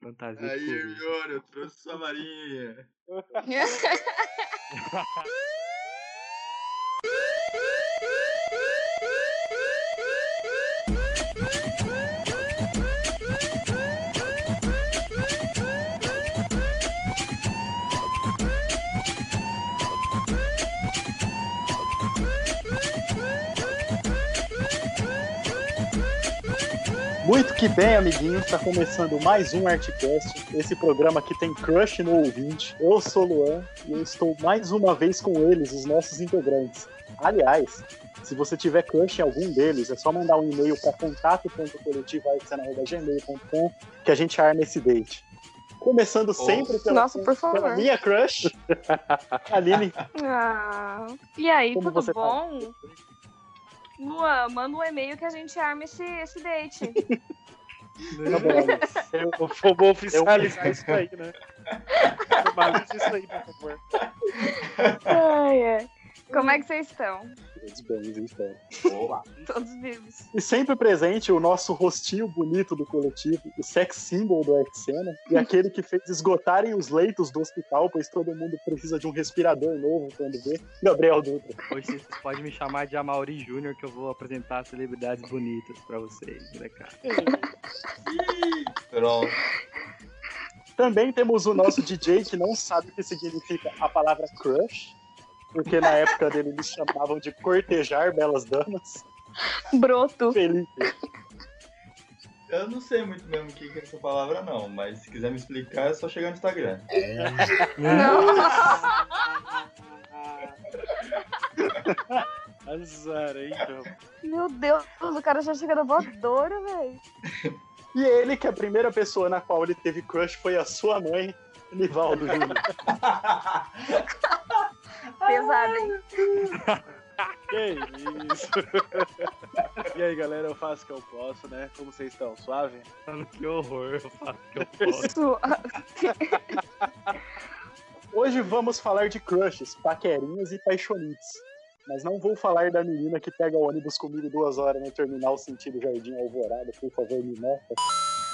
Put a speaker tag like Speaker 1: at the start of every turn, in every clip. Speaker 1: Fantasia de
Speaker 2: Aí,
Speaker 1: Covid.
Speaker 2: Mioro, eu trouxe sua varinha.
Speaker 3: Muito que bem, amiguinhos. Tá começando mais um Artcast, esse programa que tem crush no ouvinte. Eu sou o Luan e eu estou mais uma vez com eles, os nossos integrantes. Aliás, se você tiver crush em algum deles, é só mandar um e-mail para contato.coletivoartesana.gmail.com que a gente arma esse date. Começando sempre pela,
Speaker 4: Nossa, por
Speaker 3: pela
Speaker 4: favor.
Speaker 3: minha crush, Aline.
Speaker 4: Ah, e aí,
Speaker 3: Como você
Speaker 4: tudo
Speaker 3: tá?
Speaker 4: bom? Luan, manda um e-mail que a gente arma esse, esse date.
Speaker 3: Tá bom, Aline.
Speaker 5: Eu vou vou oficializar
Speaker 3: Eu-
Speaker 5: isso aí, né? Formaliza isso aí, por favor.
Speaker 4: Ai, é. Como é que vocês estão?
Speaker 3: Todos bem, então.
Speaker 2: Boa.
Speaker 4: Todos vivos.
Speaker 3: E sempre presente o nosso rostinho bonito do coletivo, o sex symbol do Arxena, e aquele que fez esgotarem os leitos do hospital, pois todo mundo precisa de um respirador novo quando vê, Gabriel Dutra.
Speaker 1: Hoje vocês podem me chamar de Amaury Júnior, que eu vou apresentar celebridades bonitas pra vocês, né, cara?
Speaker 2: Pronto.
Speaker 3: Também temos o nosso DJ que não sabe o que significa a palavra crush, porque na época dele eles chamavam de cortejar belas damas.
Speaker 4: Broto.
Speaker 3: Felipe,
Speaker 2: Eu não sei muito mesmo o que que é essa palavra, não, mas se quiser me explicar, é só chegar no Instagram.
Speaker 4: Não.
Speaker 5: Azar, hein, então.
Speaker 4: Meu Deus, o cara já chega na voadora, velho.
Speaker 3: e ele que é a primeira pessoa na qual ele teve crush foi a sua mãe, Nivaldo Júnior.
Speaker 4: Pesado, hein?
Speaker 5: Que isso? E aí, galera, eu faço o que eu posso, né? Como vocês estão? Suave?
Speaker 1: Mano, que horror, eu faço o que eu posso.
Speaker 4: Sua-
Speaker 3: Hoje vamos falar de crushes, paquerinhas e paixonites. Mas não vou falar da menina que pega o ônibus comigo duas horas no terminal sentido Jardim Alvorada, por favor, me nota.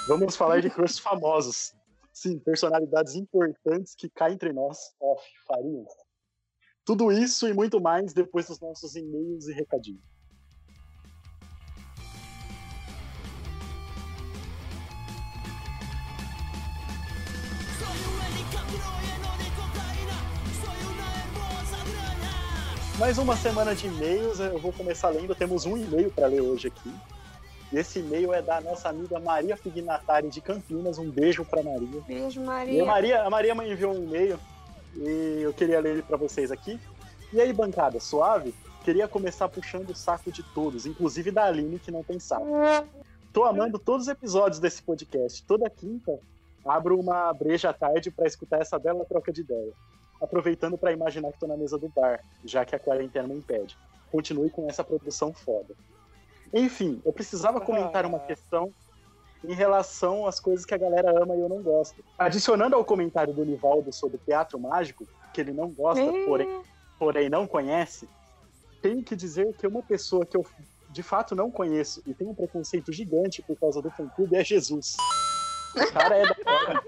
Speaker 3: Vamos falar de crushes famosos. Sim, personalidades importantes que cá entre nós, off, farinha. Tudo isso e muito mais depois dos nossos e-mails e recadinhos.
Speaker 6: Soy un helicóptero lleno de cocaína, soy una hermosa granja.
Speaker 3: Mais uma semana de e-mails, eu vou começar lendo. Temos um e-mail para ler hoje aqui. E esse e-mail é da nossa amiga Maria Fignatari de Campinas. Um beijo para Maria.
Speaker 4: Beijo,
Speaker 3: E a
Speaker 4: Maria.
Speaker 3: Maria, a Maria me enviou um e-mail e eu queria ler ele para vocês aqui. E aí, bancada, suave? Queria começar puxando o saco de todos, inclusive da Aline, que não tem saco. Tô amando todos os episódios desse podcast. Toda quinta, abro uma breja à tarde para escutar essa bela troca de ideia. Aproveitando para imaginar que tô na mesa do bar, já que a quarentena me impede. Continue com essa produção foda. Enfim, eu precisava comentar uma questão em relação às coisas que a galera ama e eu não gosto. Adicionando ao comentário do Nivaldo sobre teatro mágico, que ele não gosta,
Speaker 4: Ih,
Speaker 3: porém, porém não conhece, tenho que dizer que uma pessoa que eu de fato não conheço e tenho um preconceito gigante por causa do fã-clube é Jesus. O cara é da hora.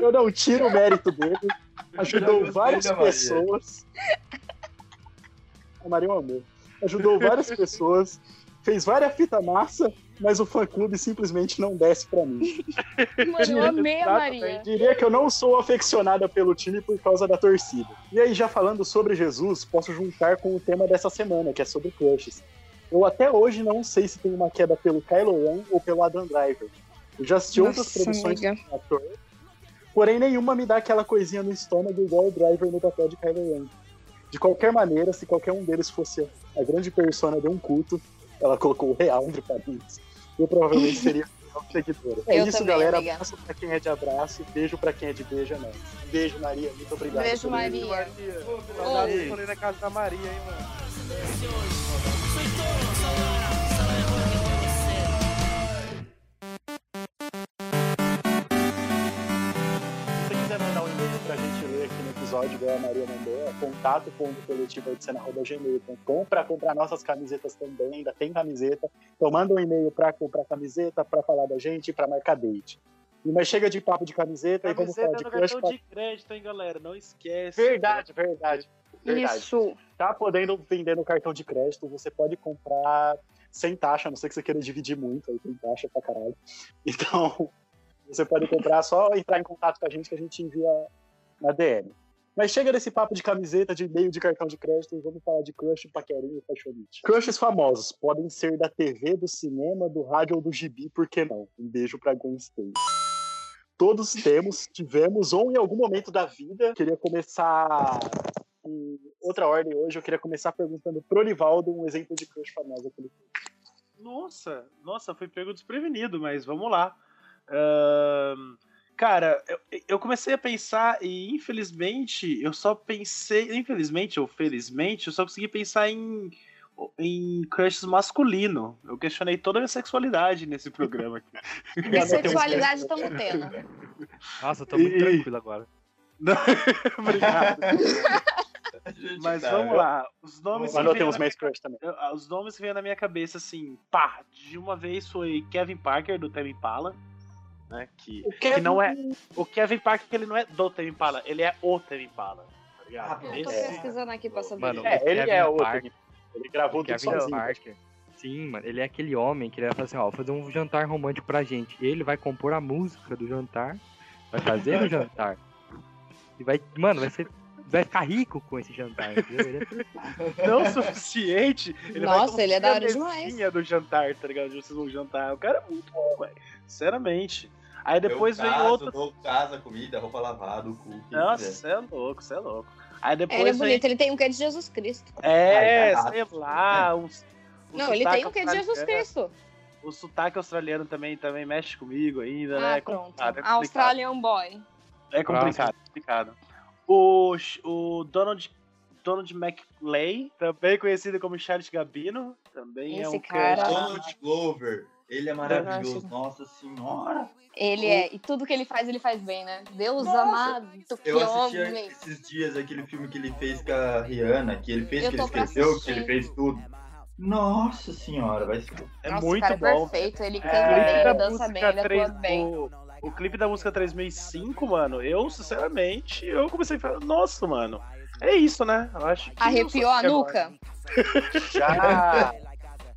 Speaker 3: Eu não tiro o mérito dele. Ajudou várias pessoas. A Maria é um amor. Ajudou várias pessoas. Fez várias fitas massa, mas o fã-clube simplesmente não desce pra mim.
Speaker 7: Mano, eu amei a
Speaker 5: Exato,
Speaker 7: Maria.
Speaker 3: Diria que eu não sou afeccionada pelo time por causa da torcida. E aí, já falando sobre Jesus, posso juntar com o tema dessa semana, que é sobre crushes. Eu até hoje não sei se tem uma queda pelo Kylo Ren ou pelo Adam Driver. Eu já assisti outras produções
Speaker 7: amiga.
Speaker 3: com o ator, porém nenhuma me dá aquela coisinha no estômago igual o Driver no papel de Kylo Ren. De qualquer maneira, se qualquer um deles fosse a grande persona de um culto, ela colocou o real entre parênteses, eu provavelmente seria a maior seguidora. É
Speaker 7: Eu
Speaker 3: isso,
Speaker 7: também,
Speaker 3: galera.
Speaker 7: amiga.
Speaker 3: Abraço pra quem é de abraço, beijo pra quem é de beijo, é nóis. Beijo, Maria. Muito obrigado.
Speaker 7: Beijo,
Speaker 3: por
Speaker 7: Maria.
Speaker 5: Maria. Saudades de escolher na casa da Maria, hein, mano?
Speaker 3: Se você quiser mandar um e-mail pra gente ler aqui no episódio episódio, igual a Maria mandou, é contato.coletivoadicena.gmail.com para comprar nossas camisetas também, ainda tem camiseta. Então manda um e-mail para comprar camiseta, para falar da gente e para marcar date. Mas chega de papo de camiseta, e vamos
Speaker 5: Camiseta
Speaker 3: falar de
Speaker 5: no
Speaker 3: crush. tá?
Speaker 5: cartão de crédito, hein, galera? Não esquece.
Speaker 3: Verdade, verdade. Verdade.
Speaker 7: Isso.
Speaker 3: Tá podendo vender no cartão de crédito, você pode comprar sem taxa, a não ser que você queira dividir muito, aí tem taxa pra caralho. Então, você pode comprar, só entrar em contato com a gente que a gente envia na DM. Mas chega desse papo de camiseta, de e-mail, de cartão de crédito, e vamos falar de crush, paquerinho e paixonite. Crushes famosos podem ser da TV, do cinema, do rádio ou do gibi, por que não? Um beijo pra Gwen Stacy. Todos temos, tivemos, ou em algum momento da vida. Queria começar em outra ordem hoje, eu queria começar perguntando pro Nivaldo um exemplo de crush famosa que ele tem.
Speaker 5: Nossa, nossa, fui pego desprevenido, mas vamos lá. Ahn, cara, eu, eu comecei a pensar e infelizmente eu só pensei, infelizmente ou felizmente, eu só consegui pensar em em crushes masculino. Eu questionei toda a minha sexualidade nesse programa aqui.
Speaker 7: é Bissexualidade estamos tendo.
Speaker 1: Nossa, eu tô muito
Speaker 5: E-
Speaker 1: tranquilo agora.
Speaker 5: Obrigado.
Speaker 2: Gente,
Speaker 5: Mas
Speaker 2: tá,
Speaker 5: vamos
Speaker 2: eu-
Speaker 5: lá. Os nomes
Speaker 7: é
Speaker 3: Mas nós
Speaker 5: que
Speaker 3: temos
Speaker 5: vieram
Speaker 3: mais crush também.
Speaker 5: Eu- ah, Os nomes que vêm na minha cabeça, assim, pá, de uma vez foi Kevin Parker do Tame Impala, né? Que, que não é. O Kevin Parker, ele não é do Tame Impala, ele é o Tame Impala, tá ligado?
Speaker 2: Ah,
Speaker 7: Eu tô
Speaker 5: Esse-
Speaker 7: pesquisando aqui pra saber.
Speaker 1: Mano,
Speaker 3: É,
Speaker 1: É, o
Speaker 3: ele
Speaker 1: Kevin
Speaker 3: é outro.
Speaker 1: Parker-
Speaker 3: Ele gravou
Speaker 1: o
Speaker 3: tudo
Speaker 1: Kevin
Speaker 3: sozinho.
Speaker 1: é Parker. Sim, mano, ele é aquele homem que ele vai falar assim, ó, vou fazer um jantar romântico pra gente. Ele vai compor a música do jantar, vai fazer o jantar. E vai, mano, vai ser vai ficar rico com esse jantar, entendeu? Ele é
Speaker 5: não o suficiente. Ele vai
Speaker 7: Nossa, ele é da hora
Speaker 5: construir a
Speaker 7: demais.
Speaker 5: mesinha do jantar, tá ligado? De vocês vão jantar. O cara é muito bom, velho. Sinceramente. Aí depois
Speaker 2: eu
Speaker 5: vem
Speaker 2: caso, né?
Speaker 5: outro.
Speaker 2: Dou casa, comida, roupa lavada, o cu. o que
Speaker 5: Nossa,
Speaker 2: quiser.
Speaker 5: você é louco, você é louco. Aí depois
Speaker 7: Ele é
Speaker 5: vem.
Speaker 7: bonito, ele tem um quê de Jesus Cristo.
Speaker 5: É,
Speaker 2: Ai, tá errado.
Speaker 5: sei lá, uns. um
Speaker 7: Não, ele
Speaker 5: sotaque
Speaker 7: tem um quê de Jesus
Speaker 5: australiano.
Speaker 7: Cristo.
Speaker 5: O sotaque australiano também, também mexe comigo ainda, né?
Speaker 7: Ah,
Speaker 5: É complicado,
Speaker 7: pronto.
Speaker 5: é complicado.
Speaker 4: Australian Boy.
Speaker 5: É complicado, é complicado. O, Ch- o Donald, Donald McLeay, também conhecido como Charles Gabino, também é
Speaker 7: Esse
Speaker 5: um
Speaker 7: cara-
Speaker 5: crush.
Speaker 2: Donald Glover, ele é maravilhoso. Nossa senhora.
Speaker 7: Ele é. E tudo que ele faz, ele faz bem, né? Deus amado, que
Speaker 2: Eu assistia
Speaker 7: homem.
Speaker 2: esses dias aquele filme que ele fez com a Rihanna, que ele fez,
Speaker 7: Eu
Speaker 2: que ele
Speaker 7: tô pra
Speaker 2: escreveu, que
Speaker 7: assistir.
Speaker 2: ele fez tudo. Nossa senhora, vai se
Speaker 5: É
Speaker 7: Nossa, o
Speaker 5: muito
Speaker 7: cara é
Speaker 5: bom.
Speaker 7: perfeito, ele canta
Speaker 5: É,
Speaker 7: bem,
Speaker 5: da
Speaker 7: ele dança
Speaker 5: música
Speaker 7: bem, ele atua
Speaker 5: três-
Speaker 7: bem.
Speaker 5: O, o clipe da música 3005, mano, eu, sinceramente, eu comecei a falar, nossa, mano, é isso, né? Eu assim acho que
Speaker 7: Arrepiou a nuca?
Speaker 3: Já,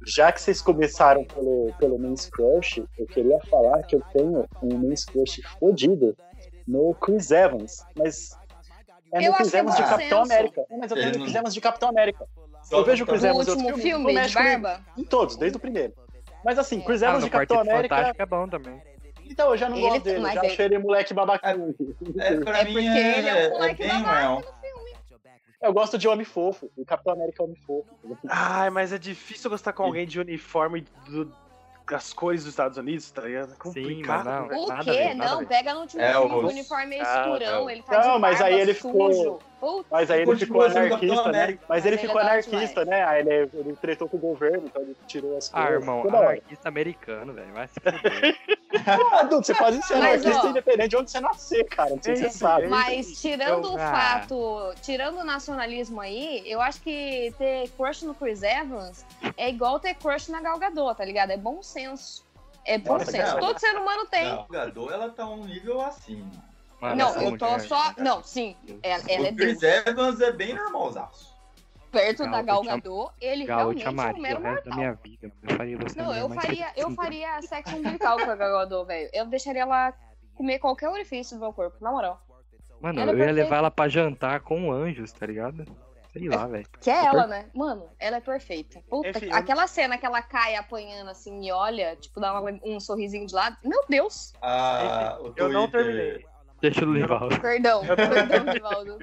Speaker 3: já que vocês começaram pelo, pelo Men's Crush, eu queria falar que eu tenho um Men's Crush fodido no Chris Evans. Mas é
Speaker 7: Eu
Speaker 3: no
Speaker 7: acho
Speaker 3: Chris
Speaker 7: que é
Speaker 3: Evans de
Speaker 2: bom
Speaker 3: Capitão
Speaker 7: senso.
Speaker 3: América. Não, mas eu
Speaker 2: Ele
Speaker 3: tenho o
Speaker 2: não-
Speaker 3: Chris Evans de Capitão América.
Speaker 2: Só
Speaker 3: eu vejo o Chris
Speaker 7: No
Speaker 3: Evans em
Speaker 7: último
Speaker 3: outro
Speaker 7: filme,
Speaker 3: não
Speaker 7: de
Speaker 3: mexe comigo.
Speaker 7: barba?
Speaker 3: Em todos, desde o primeiro. Mas assim, Chris
Speaker 1: Ah,
Speaker 3: Evans
Speaker 1: no
Speaker 3: de Capitão
Speaker 1: Quarteto
Speaker 3: América.
Speaker 1: Fantástico é bom também.
Speaker 3: Então, eu já não
Speaker 7: Ah, Ele-
Speaker 3: gosto dele,
Speaker 7: mas
Speaker 3: já
Speaker 7: ele-
Speaker 3: achei ele moleque babaquinho.
Speaker 2: É, pra
Speaker 7: É
Speaker 2: mim
Speaker 7: porque
Speaker 2: é,
Speaker 7: ele é um
Speaker 2: é
Speaker 7: moleque
Speaker 2: bem
Speaker 7: babaca
Speaker 2: real.
Speaker 3: Eu gosto de homem fofo. O Capitão América é homem fofo.
Speaker 5: Ai, mas é difícil gostar com alguém de uniforme do, das cores dos Estados Unidos, tá ligado? É
Speaker 1: mas
Speaker 5: complicado.
Speaker 1: não.
Speaker 5: velho.
Speaker 7: O
Speaker 1: Nada a
Speaker 7: quê?
Speaker 1: ver, nada a
Speaker 7: não,
Speaker 1: ver.
Speaker 7: pega no último
Speaker 2: É,
Speaker 7: filme,
Speaker 2: o-
Speaker 7: o uniforme é
Speaker 5: Ah,
Speaker 7: escurão,
Speaker 2: não.
Speaker 7: ele tá
Speaker 3: Não,
Speaker 7: de
Speaker 3: mas
Speaker 7: barba,
Speaker 3: aí ele
Speaker 7: sujo.
Speaker 3: ficou-
Speaker 7: Puta,
Speaker 3: Mas aí ele
Speaker 2: Continua
Speaker 3: ficou
Speaker 2: sendo Capitão
Speaker 3: anarquista, né?
Speaker 2: América.
Speaker 3: Mas ele
Speaker 7: Mas
Speaker 3: ficou
Speaker 7: ele é
Speaker 3: anarquista, né? Aí ele, ele tretou com o governo, então ele tirou as
Speaker 1: Ah,
Speaker 3: coisas.
Speaker 1: irmão,
Speaker 3: Ficou da hora.
Speaker 1: anarquista americano, velho. Vai se fuder.
Speaker 3: Ah, Dudu, você pode ser
Speaker 7: Mas,
Speaker 3: anarquista
Speaker 7: ó,
Speaker 3: independente de onde você nascer, cara. Não sei se você
Speaker 5: Esse-
Speaker 3: sabe.
Speaker 7: Mas tirando
Speaker 1: Eu-
Speaker 7: o
Speaker 1: Ah.
Speaker 7: fato, tirando o nacionalismo aí, eu acho que ter crush no Chris Evans é igual ter crush na Gal Gadot, tá ligado? É bom senso. É bom
Speaker 2: Nossa,
Speaker 7: senso.
Speaker 2: cara.
Speaker 7: Todo ser humano tem.
Speaker 2: Não, o jogador, ela tá um nível assim.
Speaker 1: Mano,
Speaker 7: Não,
Speaker 1: essa
Speaker 7: eu
Speaker 1: mulher-
Speaker 7: tô só. Não, sim. Ela, ela é
Speaker 2: o Chris
Speaker 7: Deus.
Speaker 2: Evans é bem normalzaço.
Speaker 7: Perto
Speaker 1: Gal,
Speaker 7: da
Speaker 1: eu
Speaker 7: Gal
Speaker 1: te
Speaker 7: Gadot, ele
Speaker 1: Gal, eu
Speaker 7: realmente
Speaker 1: te
Speaker 7: é um
Speaker 1: amaria
Speaker 7: mero
Speaker 1: o resto da
Speaker 7: mortal.
Speaker 1: minha é vida. Eu faria você tá-
Speaker 7: Não,
Speaker 1: minha
Speaker 7: eu
Speaker 1: mãe
Speaker 7: faria, eu
Speaker 1: feliz.
Speaker 7: faria sexo umbilical com a Gal Gadot, velho. Eu deixaria ela comer qualquer orifício do meu corpo, na moral.
Speaker 1: Mano,
Speaker 7: Ela é
Speaker 1: eu ia
Speaker 7: perfeita.
Speaker 1: levar ela pra jantar com anjos, tá ligado? Sei lá, velho.
Speaker 7: Que é ela, né? Mano, ela é perfeita. Puta,
Speaker 5: Enfim, eu-
Speaker 7: aquela cena que ela cai apanhando assim e olha, tipo, dá uma- um sorrisinho de lado. Meu Deus!
Speaker 2: Ah, o
Speaker 5: Eu não
Speaker 2: Twitter-
Speaker 5: terminei.
Speaker 1: Deixa eu levar.
Speaker 7: Perdão, perdão, Divaldo.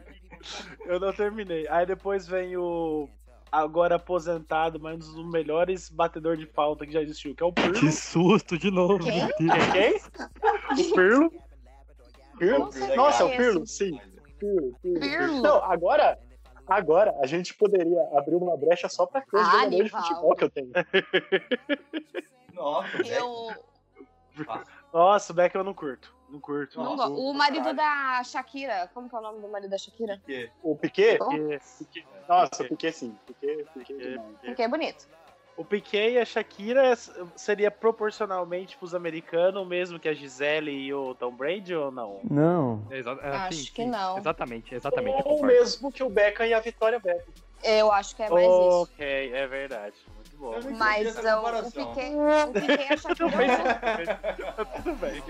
Speaker 5: Eu não terminei. Aí depois vem o agora aposentado, mas um dos melhores batedor de falta que já existiu, que é o
Speaker 1: Que
Speaker 5: Pirlo.
Speaker 1: susto de novo.
Speaker 7: Quem?
Speaker 1: meu Deus.
Speaker 5: Quem? O Pirlo.
Speaker 3: Pirlo?
Speaker 7: Não sei
Speaker 3: Nossa,
Speaker 7: quem
Speaker 3: o
Speaker 7: é
Speaker 3: Pirlo?
Speaker 7: esse.
Speaker 3: Sim. Pirlo, Pirlo.
Speaker 7: Pirlo.
Speaker 3: Não, agora. Agora, a gente poderia abrir uma brecha só pra coisa
Speaker 7: Ah,
Speaker 3: de
Speaker 7: Nivaldo.
Speaker 3: futebol que eu tenho.
Speaker 2: Nossa,
Speaker 7: Eu...
Speaker 5: Nossa, o Beck eu não curto. Não curto.
Speaker 7: Não
Speaker 5: Nossa.
Speaker 7: gosto. O marido da Shakira. Como que é o nome do marido da Shakira?
Speaker 2: Porque
Speaker 3: O Piquet?
Speaker 7: Bom.
Speaker 3: Piquet- Nossa, o Piquet sim. Piquet, Piquet
Speaker 5: É,
Speaker 3: demais.
Speaker 7: Porque é bonito.
Speaker 5: O Piquet e a Shakira é seria proporcionalmente pros americanos o mesmo que a Gisele e o Tom Brady ou não?
Speaker 8: Não.
Speaker 1: É, exa- é,
Speaker 7: Acho
Speaker 1: sim,
Speaker 7: que
Speaker 1: sim.
Speaker 7: não.
Speaker 1: Exatamente, exatamente. eu
Speaker 3: Ou
Speaker 1: concordo.
Speaker 3: mesmo que o Beckham e a Vitória Beckham.
Speaker 7: Eu acho que é mais isso.
Speaker 5: ok, é verdade. Muito bom.
Speaker 2: Eu não
Speaker 7: Mas
Speaker 2: entendi essa
Speaker 7: ó, o,
Speaker 2: comparação.
Speaker 7: Piquet, o Piquet e a Shakira. eu gosto.
Speaker 5: Tudo bem.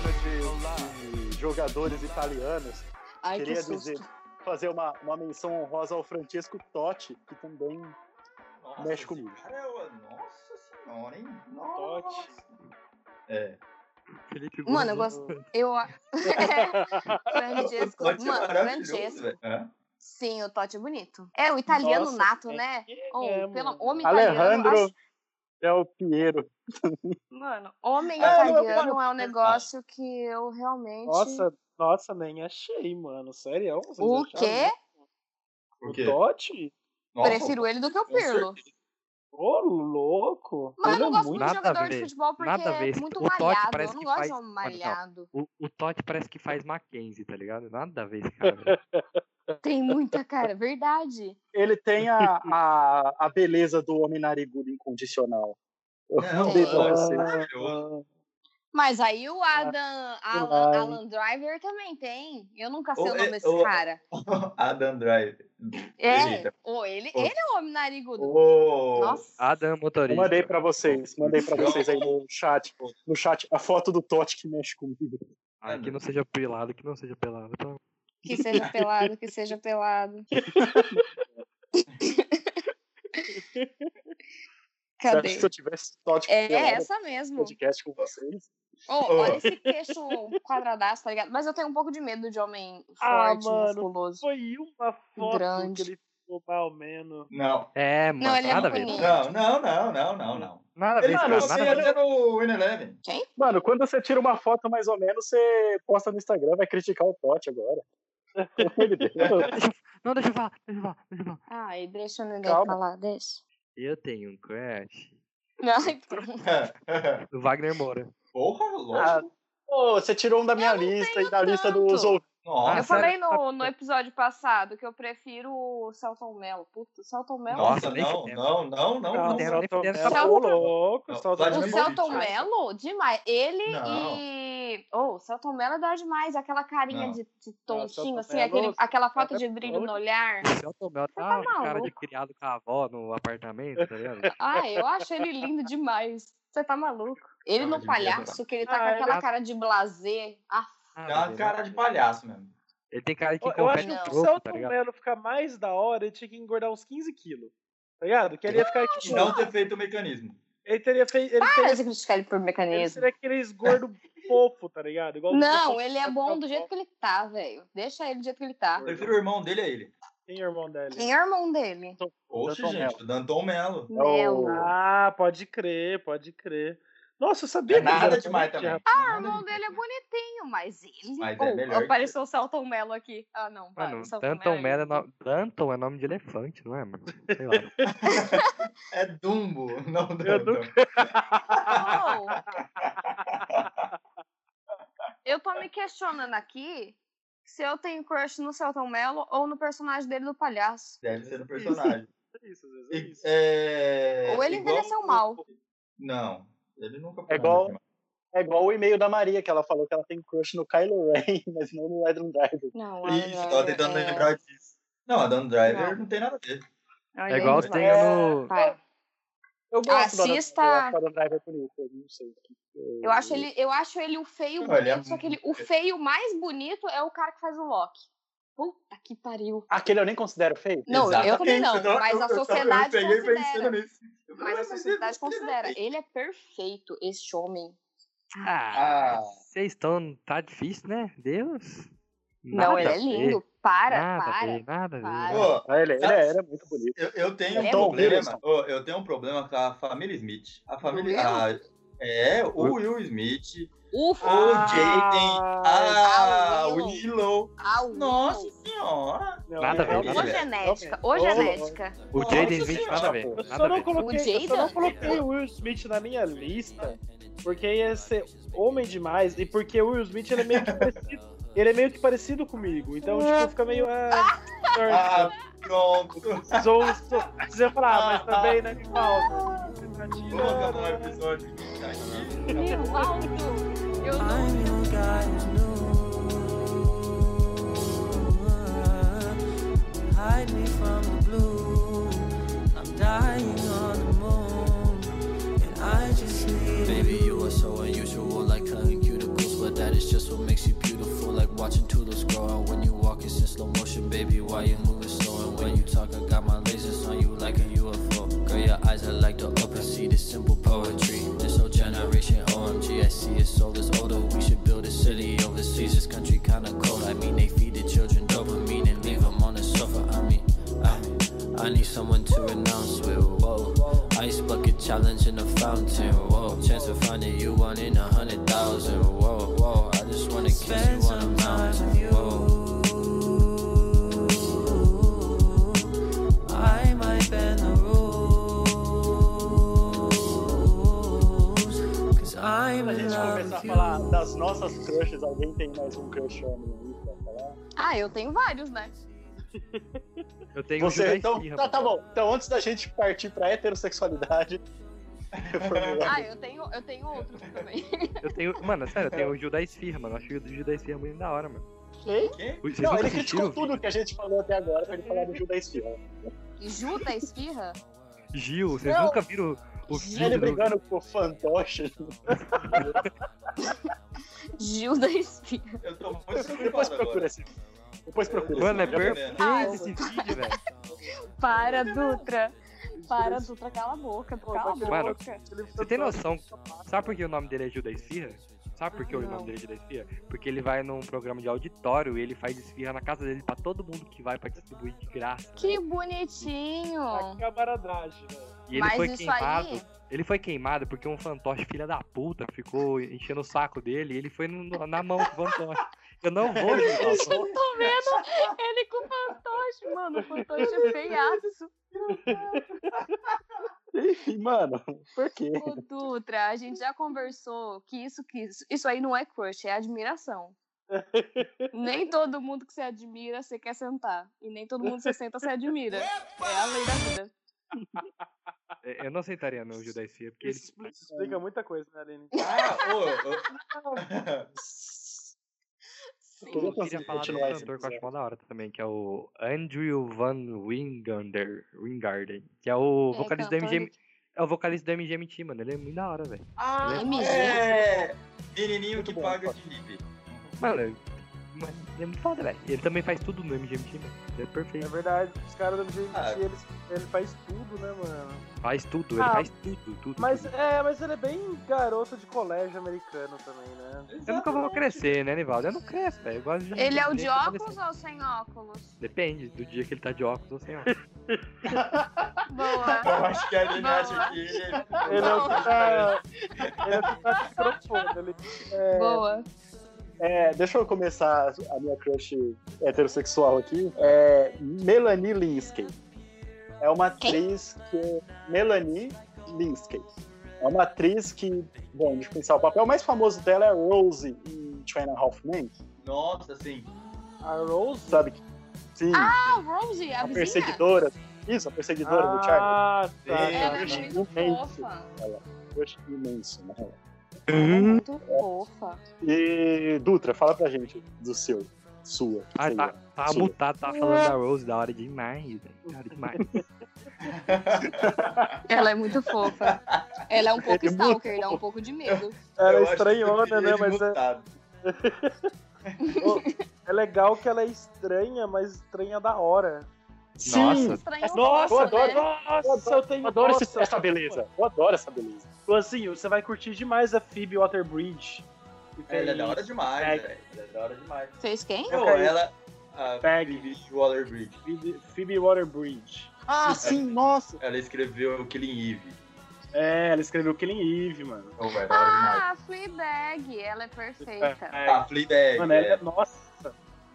Speaker 3: de jogadores italianos.
Speaker 7: Ai, que
Speaker 3: Queria
Speaker 7: susto.
Speaker 3: dizer, fazer uma, uma menção honrosa ao Francesco Totti, que também
Speaker 2: Nossa,
Speaker 3: Mexe
Speaker 2: esse
Speaker 3: comigo.
Speaker 2: cara é o- Nossa senhora, hein? Nossa. É.
Speaker 1: Felipe Gomes.
Speaker 7: Mano, eu gosto. Eu. a- Francesco.
Speaker 2: O Totti é
Speaker 7: Mano,
Speaker 2: maravilhoso,
Speaker 7: Francesco.
Speaker 2: velho. Hã?
Speaker 7: Sim, o Totti é bonito. É, o italiano
Speaker 5: Nossa,
Speaker 7: nato,
Speaker 5: é.
Speaker 7: né?
Speaker 5: É,
Speaker 7: Ou,
Speaker 5: é,
Speaker 7: pelo
Speaker 5: mano.
Speaker 7: homem italiano. eu
Speaker 3: Alejandro
Speaker 7: acho-
Speaker 3: Del é Piero.
Speaker 4: Mano,
Speaker 7: Homem
Speaker 2: Ah, eu-
Speaker 7: italiano
Speaker 2: mano,
Speaker 7: é um
Speaker 2: eu-
Speaker 7: negócio que eu realmente.
Speaker 5: Nossa, nossa, nem achei, mano. Sério? Vocês
Speaker 7: O
Speaker 5: acharam?
Speaker 7: quê?
Speaker 2: O
Speaker 5: O
Speaker 2: quê?
Speaker 5: Totti?
Speaker 2: Nossa,
Speaker 7: Prefiro ele do que o
Speaker 2: com
Speaker 7: Pirlo.
Speaker 5: Ô, louco.
Speaker 7: Mas eu não
Speaker 5: Ele é
Speaker 7: gosto
Speaker 5: muito-
Speaker 7: muito de
Speaker 1: Nada a
Speaker 7: jogador de
Speaker 1: ver,
Speaker 7: futebol porque
Speaker 1: nada a
Speaker 7: é
Speaker 1: ver.
Speaker 7: muito
Speaker 1: O Totti
Speaker 7: malhado. Eu
Speaker 1: parece
Speaker 7: não
Speaker 1: que
Speaker 7: gosto
Speaker 1: faz-
Speaker 7: de homem
Speaker 1: Mano, não.
Speaker 7: malhado.
Speaker 1: O, o Totti parece que faz Mackenzie, tá ligado? Nada a ver esse cara.
Speaker 7: Tem muita cara, verdade.
Speaker 3: Ele tem a, a, a beleza do homem narigudo incondicional. Eu
Speaker 2: Não,
Speaker 3: não dei
Speaker 7: é.
Speaker 3: pra você.
Speaker 2: maravilhoso.
Speaker 7: Mas aí o
Speaker 1: Ah,
Speaker 7: Adam,
Speaker 5: ai.
Speaker 7: Alan, Alan Driver também tem. Eu nunca sei
Speaker 2: Ô,
Speaker 7: o nome
Speaker 2: é,
Speaker 7: desse
Speaker 2: ô,
Speaker 7: cara.
Speaker 2: Adam Driver.
Speaker 7: É,
Speaker 2: Eita.
Speaker 7: ou ele,
Speaker 2: Ô.
Speaker 7: ele é o homem narigudo.
Speaker 2: Ô,
Speaker 7: Nossa.
Speaker 1: Adam é
Speaker 3: Eu
Speaker 1: motorista.
Speaker 3: mandei pra vocês, mandei pra vocês aí no chat, no chat, a foto do Totti que mexe comigo.
Speaker 1: Ai, Ah, que não seja pelado, que não seja pelado. Pelo
Speaker 7: Que seja pelado, que seja pelado.
Speaker 3: Você acha que
Speaker 7: Cadê?
Speaker 3: se eu tivesse Totti
Speaker 7: É
Speaker 3: pelado
Speaker 7: essa
Speaker 3: no
Speaker 7: mesmo.
Speaker 3: podcast com vocês?
Speaker 7: Ô,
Speaker 2: Ô.
Speaker 7: olha esse queixo quadradaço, tá ligado? Mas eu tenho um pouco de medo de homem forte,
Speaker 5: Ah, mano.
Speaker 7: musculoso.
Speaker 5: Foi uma foto
Speaker 7: Grande.
Speaker 5: que ele ficou mal menos.
Speaker 2: Não,
Speaker 1: É, mano,
Speaker 7: ele é
Speaker 1: nada a
Speaker 7: muito
Speaker 1: ver.
Speaker 7: bonito.
Speaker 2: não, não, não, não, não, não.
Speaker 1: Nada a ver,
Speaker 2: Ele
Speaker 1: cara,
Speaker 3: Mano,
Speaker 2: não
Speaker 1: nada
Speaker 2: sei
Speaker 1: a ver.
Speaker 2: até é no Win Eleven.
Speaker 3: Mano, quando você tira uma foto mais ou menos, você posta no Instagram, vai criticar o Totti agora. Pelo amor de Deus.
Speaker 1: Não, deixa eu falar, deixa eu falar, deixa eu falar.
Speaker 7: Ai, deixa ninguém
Speaker 3: Calma.
Speaker 7: falar, deixa.
Speaker 1: Eu tenho um crush
Speaker 7: Ai, pronto.
Speaker 1: do Wagner Moura.
Speaker 2: Porra, louco.
Speaker 3: Ah, Pô, você tirou um da minha lista e da lista dos
Speaker 7: tanto.
Speaker 3: ouvintes.
Speaker 1: Ah,
Speaker 2: Nossa.
Speaker 4: eu
Speaker 1: sério?
Speaker 4: falei no, no episódio passado que eu prefiro o Celton Mello. Puta, o Celton Mello.
Speaker 1: Nossa,
Speaker 2: Nossa,
Speaker 1: nem
Speaker 2: não,
Speaker 1: fudendo.
Speaker 2: não,
Speaker 1: Não,
Speaker 2: não, não, não.
Speaker 1: nem
Speaker 2: não.
Speaker 1: fudendo, nem
Speaker 3: tá
Speaker 5: Celton
Speaker 7: fudendo.
Speaker 5: Mello, É, louco,
Speaker 2: Não,
Speaker 5: Celton
Speaker 2: vai
Speaker 7: O
Speaker 2: de
Speaker 5: Mello.
Speaker 2: novo.
Speaker 7: Celton Mello, demais. Ele
Speaker 2: Não.
Speaker 7: e. Oh, o Celton Mello dá demais. Aquela carinha
Speaker 2: Não.
Speaker 7: de, de
Speaker 5: Não, o
Speaker 7: tontinho,
Speaker 5: Celton
Speaker 7: assim,
Speaker 5: Mello,
Speaker 7: aquele, aquela falta
Speaker 5: cara
Speaker 7: de
Speaker 5: é
Speaker 7: brilho
Speaker 5: doido.
Speaker 7: no olhar.
Speaker 1: O Celton Mello tá
Speaker 7: tá
Speaker 1: um cara de
Speaker 7: maluco?
Speaker 1: criado com a avó no apartamento, tá ligado?
Speaker 7: Ah, eu acho ele lindo demais. Você tá maluco? Ele
Speaker 2: Cara
Speaker 7: no
Speaker 2: de
Speaker 7: palhaço, que ele tá
Speaker 5: Ah,
Speaker 7: com
Speaker 5: ele
Speaker 7: aquela
Speaker 1: é-
Speaker 7: cara de blazer. Ah,
Speaker 1: Nada
Speaker 2: É
Speaker 1: a
Speaker 2: uma
Speaker 1: ver,
Speaker 2: cara
Speaker 1: nada
Speaker 2: de
Speaker 1: a ver.
Speaker 2: palhaço mesmo.
Speaker 1: Ele tem cara que
Speaker 5: Eu- Eu acho
Speaker 1: compete
Speaker 5: que
Speaker 1: no
Speaker 7: Não.
Speaker 1: troco,
Speaker 5: o
Speaker 1: tá
Speaker 5: Celton
Speaker 1: ligado?
Speaker 5: Mello ficar mais da hora, ele tinha que engordar uns 15 quilos. Tá ligado? Que ele ia ficar
Speaker 2: E
Speaker 5: tipo.
Speaker 2: não ter feito o mecanismo.
Speaker 5: Ele teria feito. Ele,
Speaker 7: para
Speaker 5: teria,
Speaker 7: de criticar ele por
Speaker 5: ele
Speaker 7: mecanismo.
Speaker 5: seria aqueles gordo fofo, tá ligado? Igual o
Speaker 7: é Não,
Speaker 5: pessoal que
Speaker 7: ele é
Speaker 5: fica
Speaker 7: bom do
Speaker 5: fofo.
Speaker 7: jeito que ele tá, velho. Deixa ele do jeito que ele tá.
Speaker 2: Eu prefiro o irmão dele a ele.
Speaker 5: Tem irmão dele.
Speaker 7: Quem é o irmão dele?
Speaker 2: Oxe,
Speaker 3: Danton
Speaker 2: gente, o Danton Mello.
Speaker 3: É o-
Speaker 7: Melo.
Speaker 5: Ah, pode crer, pode crer. Nossa, eu sabia
Speaker 2: É
Speaker 5: que ele
Speaker 2: nada
Speaker 5: era
Speaker 2: demais
Speaker 5: bonito,
Speaker 2: também.
Speaker 5: rapaz.
Speaker 7: Ah, o irmão dele é bonitinho, mas ele.
Speaker 2: Mas é
Speaker 7: Oh,
Speaker 2: melhor que-
Speaker 7: apareceu o Celton Mello aqui. Ah, não. vai,
Speaker 1: Mano,
Speaker 7: o Celton
Speaker 1: Danton
Speaker 7: Mello.
Speaker 1: Mello é, no... Danton é nome de elefante, não é, mano? Sei lá.
Speaker 2: É Dumbo, não
Speaker 5: Eu
Speaker 2: Danton.
Speaker 7: Oh,
Speaker 4: Eu tô me questionando aqui se eu tenho crush no Celton Mello ou no personagem dele do palhaço.
Speaker 2: Deve ser o personagem.
Speaker 5: É isso, às vezes é
Speaker 2: E-
Speaker 5: isso.
Speaker 2: é,
Speaker 7: ou ele
Speaker 2: igual-
Speaker 7: envelheceu mal.
Speaker 2: Não, ele nunca
Speaker 3: É igual- É igual o e-mail da Maria, que ela falou que ela tem crush no Kylo Ren, mas não no Adam Driver.
Speaker 7: Não, o Adam
Speaker 2: Isso, eu tava
Speaker 7: Driver
Speaker 2: tentando
Speaker 7: é-
Speaker 2: lembrar disso. Não, a Dan Driver
Speaker 7: Não.
Speaker 2: não. tem nada a ver.
Speaker 1: É igual
Speaker 7: Olha aí,
Speaker 1: tem no.
Speaker 7: vai.
Speaker 3: Eu gosto
Speaker 7: Assista-
Speaker 3: é do Adam Driver, eu acho o Adam Driver bonito, eu não sei. é.
Speaker 7: Eu acho ele, eu acho ele o feio
Speaker 2: Não,
Speaker 7: bonito,
Speaker 2: ele é
Speaker 7: só que ele- o
Speaker 2: muito-
Speaker 7: feio mais bonito é o cara que faz o Loki. Puta que pariu.
Speaker 3: Aquele eu nem considero feio.
Speaker 7: Não, eu também não,
Speaker 2: Exatamente,
Speaker 7: mas a
Speaker 2: eu- eu-
Speaker 7: sociedade
Speaker 2: eu peguei
Speaker 7: considera.
Speaker 2: pensando nisso. Eu falei,
Speaker 7: Mas a
Speaker 2: ele
Speaker 7: sociedade
Speaker 2: não é tem nada a
Speaker 7: considera.
Speaker 2: ver.
Speaker 7: Ele é perfeito, este homem.
Speaker 1: Ah,
Speaker 2: Ah.
Speaker 1: vocês estão. Tá difícil, né? Deus.
Speaker 4: Não,
Speaker 1: Nada
Speaker 4: ele
Speaker 1: a
Speaker 4: é
Speaker 1: ver,
Speaker 4: lindo. Para,
Speaker 1: Nada a
Speaker 4: para.
Speaker 1: ver, nada a ver.
Speaker 4: para.
Speaker 7: é
Speaker 2: Pô,
Speaker 3: Ah, ele, ele
Speaker 2: Sabe-
Speaker 3: era muito bonito.
Speaker 2: eu, eu tenho um
Speaker 4: É
Speaker 3: bom,
Speaker 2: problema.
Speaker 3: Wilson.
Speaker 2: ô, eu tenho um problema com a família Smith. A família.
Speaker 4: Will?
Speaker 2: a- é, o Will Smith,
Speaker 7: Ufa!
Speaker 2: Ah, o Jaden, a
Speaker 4: ah, o
Speaker 2: Willow.
Speaker 4: Ah, o-
Speaker 2: Nossa é senhora!
Speaker 3: Não, é
Speaker 1: Nada a ver.
Speaker 3: eu-
Speaker 4: Ô, é genética. é Ô,
Speaker 2: é
Speaker 4: genética.
Speaker 1: O
Speaker 2: Nossa
Speaker 1: Jaden Smith,
Speaker 2: senhora,
Speaker 1: nada a ver.
Speaker 5: Eu
Speaker 1: Nada
Speaker 5: só,
Speaker 1: a
Speaker 5: não
Speaker 1: ver.
Speaker 5: coloquei, eu só não
Speaker 4: Jaden?
Speaker 5: coloquei o Will Smith na minha lista, porque ia ser homem demais, e porque o Will Smith ele é meio que parecido, ele é meio que parecido comigo. Então, tipo, fica meio. ah,
Speaker 2: Ah, pronto.
Speaker 5: Zou- zou- Você ia falar, ah, mas também, né? Que falta.
Speaker 2: Vamos acabar o episódio aqui.
Speaker 7: Nivaldo! Eu não
Speaker 6: I know guys know Hide me from the blue I'm dying on the moon And I just need Baby you are so unusual like cutting cuticles But that is just what makes you beautiful Like watching tulips grow And when you walk it's in slow motion Baby why you moving slow And when you talk I got my lasers on you like a UFO Girl your eyes are like the open sea This simple poetry This whole generation OMG I see it soul is older We should build a city overseas This country kinda cold I mean they feed the children dopamine And leave them on the sofa I mean I mean Ah, I need someone to renounce with. Whoa, ice bucket challenge in the fountain. Whoa, chance of finding you one in a hundred thousand. Whoa, whoa, I just wanna kiss you on a mountain. Whoa. I might bend the rules, cause I'm
Speaker 3: Quando a
Speaker 6: in
Speaker 3: gente
Speaker 6: love
Speaker 3: começar
Speaker 6: with
Speaker 3: a
Speaker 6: you.
Speaker 3: falar das nossas crushes, alguém tem mais um crush homem aí pra falar?
Speaker 4: Ah, eu tenho vários, né?
Speaker 1: Eu tenho um
Speaker 3: Você,
Speaker 1: Judas
Speaker 3: então,
Speaker 1: Esfirra,
Speaker 3: tá, tá
Speaker 1: mano.
Speaker 3: bom. Então, antes da gente partir pra heterossexualidade, eu formulei-
Speaker 4: Ah, eu tenho, eu tenho outros também.
Speaker 1: Eu tenho, mano, sério, eu tenho o Judas Esfirra, mano. Eu acho o Judas Esfirra muito da hora, mano.
Speaker 3: Quem?
Speaker 2: Quem?
Speaker 1: Vocês
Speaker 3: Não,
Speaker 1: nunca
Speaker 3: ele
Speaker 1: assistiram o
Speaker 3: criticou
Speaker 1: vídeo?
Speaker 3: tudo que a gente falou até agora pra ele falar do Judas Esfirra.
Speaker 4: Juta Esfirra?
Speaker 1: Gil, vocês
Speaker 3: Não.
Speaker 1: nunca viram o
Speaker 3: Ele
Speaker 1: vídeo do...
Speaker 3: brigando com o fantoche.
Speaker 4: Gilda Esfirra.
Speaker 2: Eu tô muito
Speaker 3: Depois
Speaker 2: preocupado
Speaker 3: procura
Speaker 2: agora.
Speaker 3: esse. Depois procura
Speaker 1: Mano, é
Speaker 3: esse.
Speaker 2: per-
Speaker 1: perfeito
Speaker 4: Ah,
Speaker 1: esse vídeo, velho.
Speaker 4: Para, Dutra. Para, Dutra, cala a boca.
Speaker 3: Pô,
Speaker 4: Cala a
Speaker 3: mas-
Speaker 1: Mano,
Speaker 4: boca.
Speaker 1: Você tem noção? Sabe por que o nome dele é Judas Esfirra? Sabe por que o
Speaker 4: Ah, Não.
Speaker 1: nome dele é Judas Esfirra? Porque ele vai num programa de auditório e ele faz esfirra na casa dele pra todo mundo que vai pra distribuir de graça.
Speaker 4: Que bonitinho.
Speaker 5: A camaradagem, né?
Speaker 1: E ele
Speaker 4: Mas
Speaker 1: foi
Speaker 4: isso
Speaker 1: queimado.
Speaker 4: aí.
Speaker 1: Ele foi queimado porque um fantoche, filha da puta, ficou enchendo o saco dele e ele foi no- na mão do fantoche. Eu não vou julgar o fantoche.
Speaker 4: Tô vendo ele com o fantoche, mano. O fantoche é feiaço.
Speaker 3: Enfim, mano, por quê?
Speaker 4: Ô, Dutra, a gente já conversou que isso, que isso, isso aí não é crush, é admiração. nem todo mundo que se admira, você quer sentar. E nem todo mundo que você senta, você admira. É a lei da vida.
Speaker 1: Eu não aceitaria no Judas Esfirra, porque ele
Speaker 5: Isso expli- isso explica muita coisa, né, Aline?
Speaker 2: Ah, ô, ô,
Speaker 3: Eu
Speaker 1: Eu
Speaker 3: queria
Speaker 1: queria
Speaker 3: conseguir
Speaker 1: falar de um
Speaker 3: continuar esse
Speaker 1: cantor que eu acho
Speaker 3: episódio.
Speaker 1: mó da hora também, que é o Andrew Van Wingander, Wingarden, que é o
Speaker 4: É,
Speaker 1: vocalista do
Speaker 4: cantor
Speaker 1: MGM. É o vocalista do MGMT, mano. Ele é muito da hora, velho.
Speaker 2: Ah,
Speaker 4: MG.
Speaker 2: é. Menininho
Speaker 3: Muito
Speaker 2: que
Speaker 3: bom,
Speaker 2: paga
Speaker 3: pode.
Speaker 2: de hippie.
Speaker 1: Mano, é- mano, ele é muito foda, velho. Ele também faz tudo no MGMT, mano. Ele é
Speaker 5: É
Speaker 1: perfeito.
Speaker 5: verdade, os caras do MGMT,
Speaker 2: Ah.
Speaker 5: eles, ele faz tudo, né, mano?
Speaker 1: Faz tudo, ele
Speaker 5: Ah,
Speaker 1: faz tudo, tudo.
Speaker 5: Mas,
Speaker 1: tudo.
Speaker 5: é, mas ele é bem garoto de colégio americano também, né?
Speaker 1: Eu nunca vou crescer, né, Nivaldo? Eu não cresço, velho. Eu gosto de-
Speaker 4: Ele é o de
Speaker 1: gosto
Speaker 4: óculos ou sem óculos?
Speaker 1: Depende do dia que ele tá de óculos ou sem óculos.
Speaker 4: Boa.
Speaker 2: Eu acho que a Aline
Speaker 4: Não.
Speaker 2: acha que ele é.
Speaker 5: Ele é o que tá. Ele é o que tá de microfone. Ele,
Speaker 4: Boa.
Speaker 3: É, deixa eu começar a minha crush heterossexual aqui. É Melanie Linsky. É uma atriz que. Melanie Linsky. É uma atriz que, bom, deixa eu pensar, o papel mais famoso dela é Rose em Two and a Half Men,
Speaker 2: Nossa, assim.
Speaker 5: a Rose. tá
Speaker 3: sabe? Sim,
Speaker 4: Ah, Rosie, a
Speaker 3: a
Speaker 4: vizinha.
Speaker 3: perseguidora. Isso, a perseguidora do Charlie.
Speaker 5: Ah, tá.
Speaker 2: Sim.
Speaker 4: Ela é
Speaker 2: Crush
Speaker 4: muito
Speaker 3: imenso.
Speaker 4: fofa.
Speaker 3: Crush imenso, né?
Speaker 4: Ela é muito fofa.
Speaker 3: E, Dutra, fala pra gente do seu, sua.
Speaker 1: Ah,
Speaker 3: sei
Speaker 1: tá,
Speaker 3: lá.
Speaker 1: tá
Speaker 3: Sim.
Speaker 1: mutado, tá falando da Rose, da hora demais, velho. Da hora demais.
Speaker 4: Ela é muito fofa. Ela é um pouco
Speaker 3: É muito
Speaker 4: stalker, dá um pouco de medo.
Speaker 5: Ela é
Speaker 2: eu acho que eu
Speaker 5: estranhona,
Speaker 2: preferia
Speaker 5: né?
Speaker 2: ele
Speaker 5: Mas é,
Speaker 2: mutado.
Speaker 5: é legal que ela é estranha, mas estranha da hora.
Speaker 3: Sim!
Speaker 1: Nossa.
Speaker 4: Estranho um
Speaker 3: Nossa,
Speaker 4: pouco,
Speaker 3: eu adoro.
Speaker 4: né?
Speaker 5: Nossa, eu tenho.
Speaker 3: Eu adoro esse-
Speaker 5: nossa, assim,
Speaker 3: essa beleza. Eu adoro essa beleza.
Speaker 5: Luanzinho, você vai curtir demais a Phoebe Waterbridge. E tem-
Speaker 2: Ela é da hora demais,
Speaker 5: Peg.
Speaker 2: velho. Ela é da hora demais.
Speaker 7: né?
Speaker 2: Ah,
Speaker 7: Fez quem?
Speaker 2: Pô,
Speaker 5: caí.
Speaker 2: ela. A
Speaker 5: Peg.
Speaker 2: Phoebe Waller-Bridge.
Speaker 5: Phoebe- Phoebe Waterbridge.
Speaker 3: Ah, sim, nossa!
Speaker 2: Ela escreveu Killing Eve.
Speaker 5: É, ela escreveu Killing Eve, mano.
Speaker 2: Então, velho, da hora demais.
Speaker 7: Ah, Fleabag, ela é perfeita.
Speaker 5: É,
Speaker 2: Ah, Fleabag.
Speaker 5: Mano,
Speaker 2: é.
Speaker 5: ela- nossa.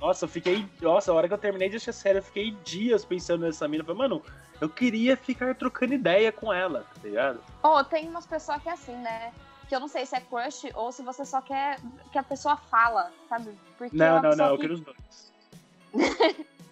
Speaker 5: Nossa, eu fiquei. Nossa, a hora que eu terminei de assistir a série, eu fiquei dias pensando nessa mina. Eu Falei, mano, eu queria ficar trocando ideia com ela, tá ligado?
Speaker 7: Ó, tem umas pessoas que é assim, né? Que eu não sei se é crush ou se você só quer que a pessoa fala, sabe? Porque é
Speaker 5: Não,
Speaker 7: uma
Speaker 5: não,
Speaker 7: pessoa assim.
Speaker 5: não, eu
Speaker 7: que-
Speaker 5: quero os dois.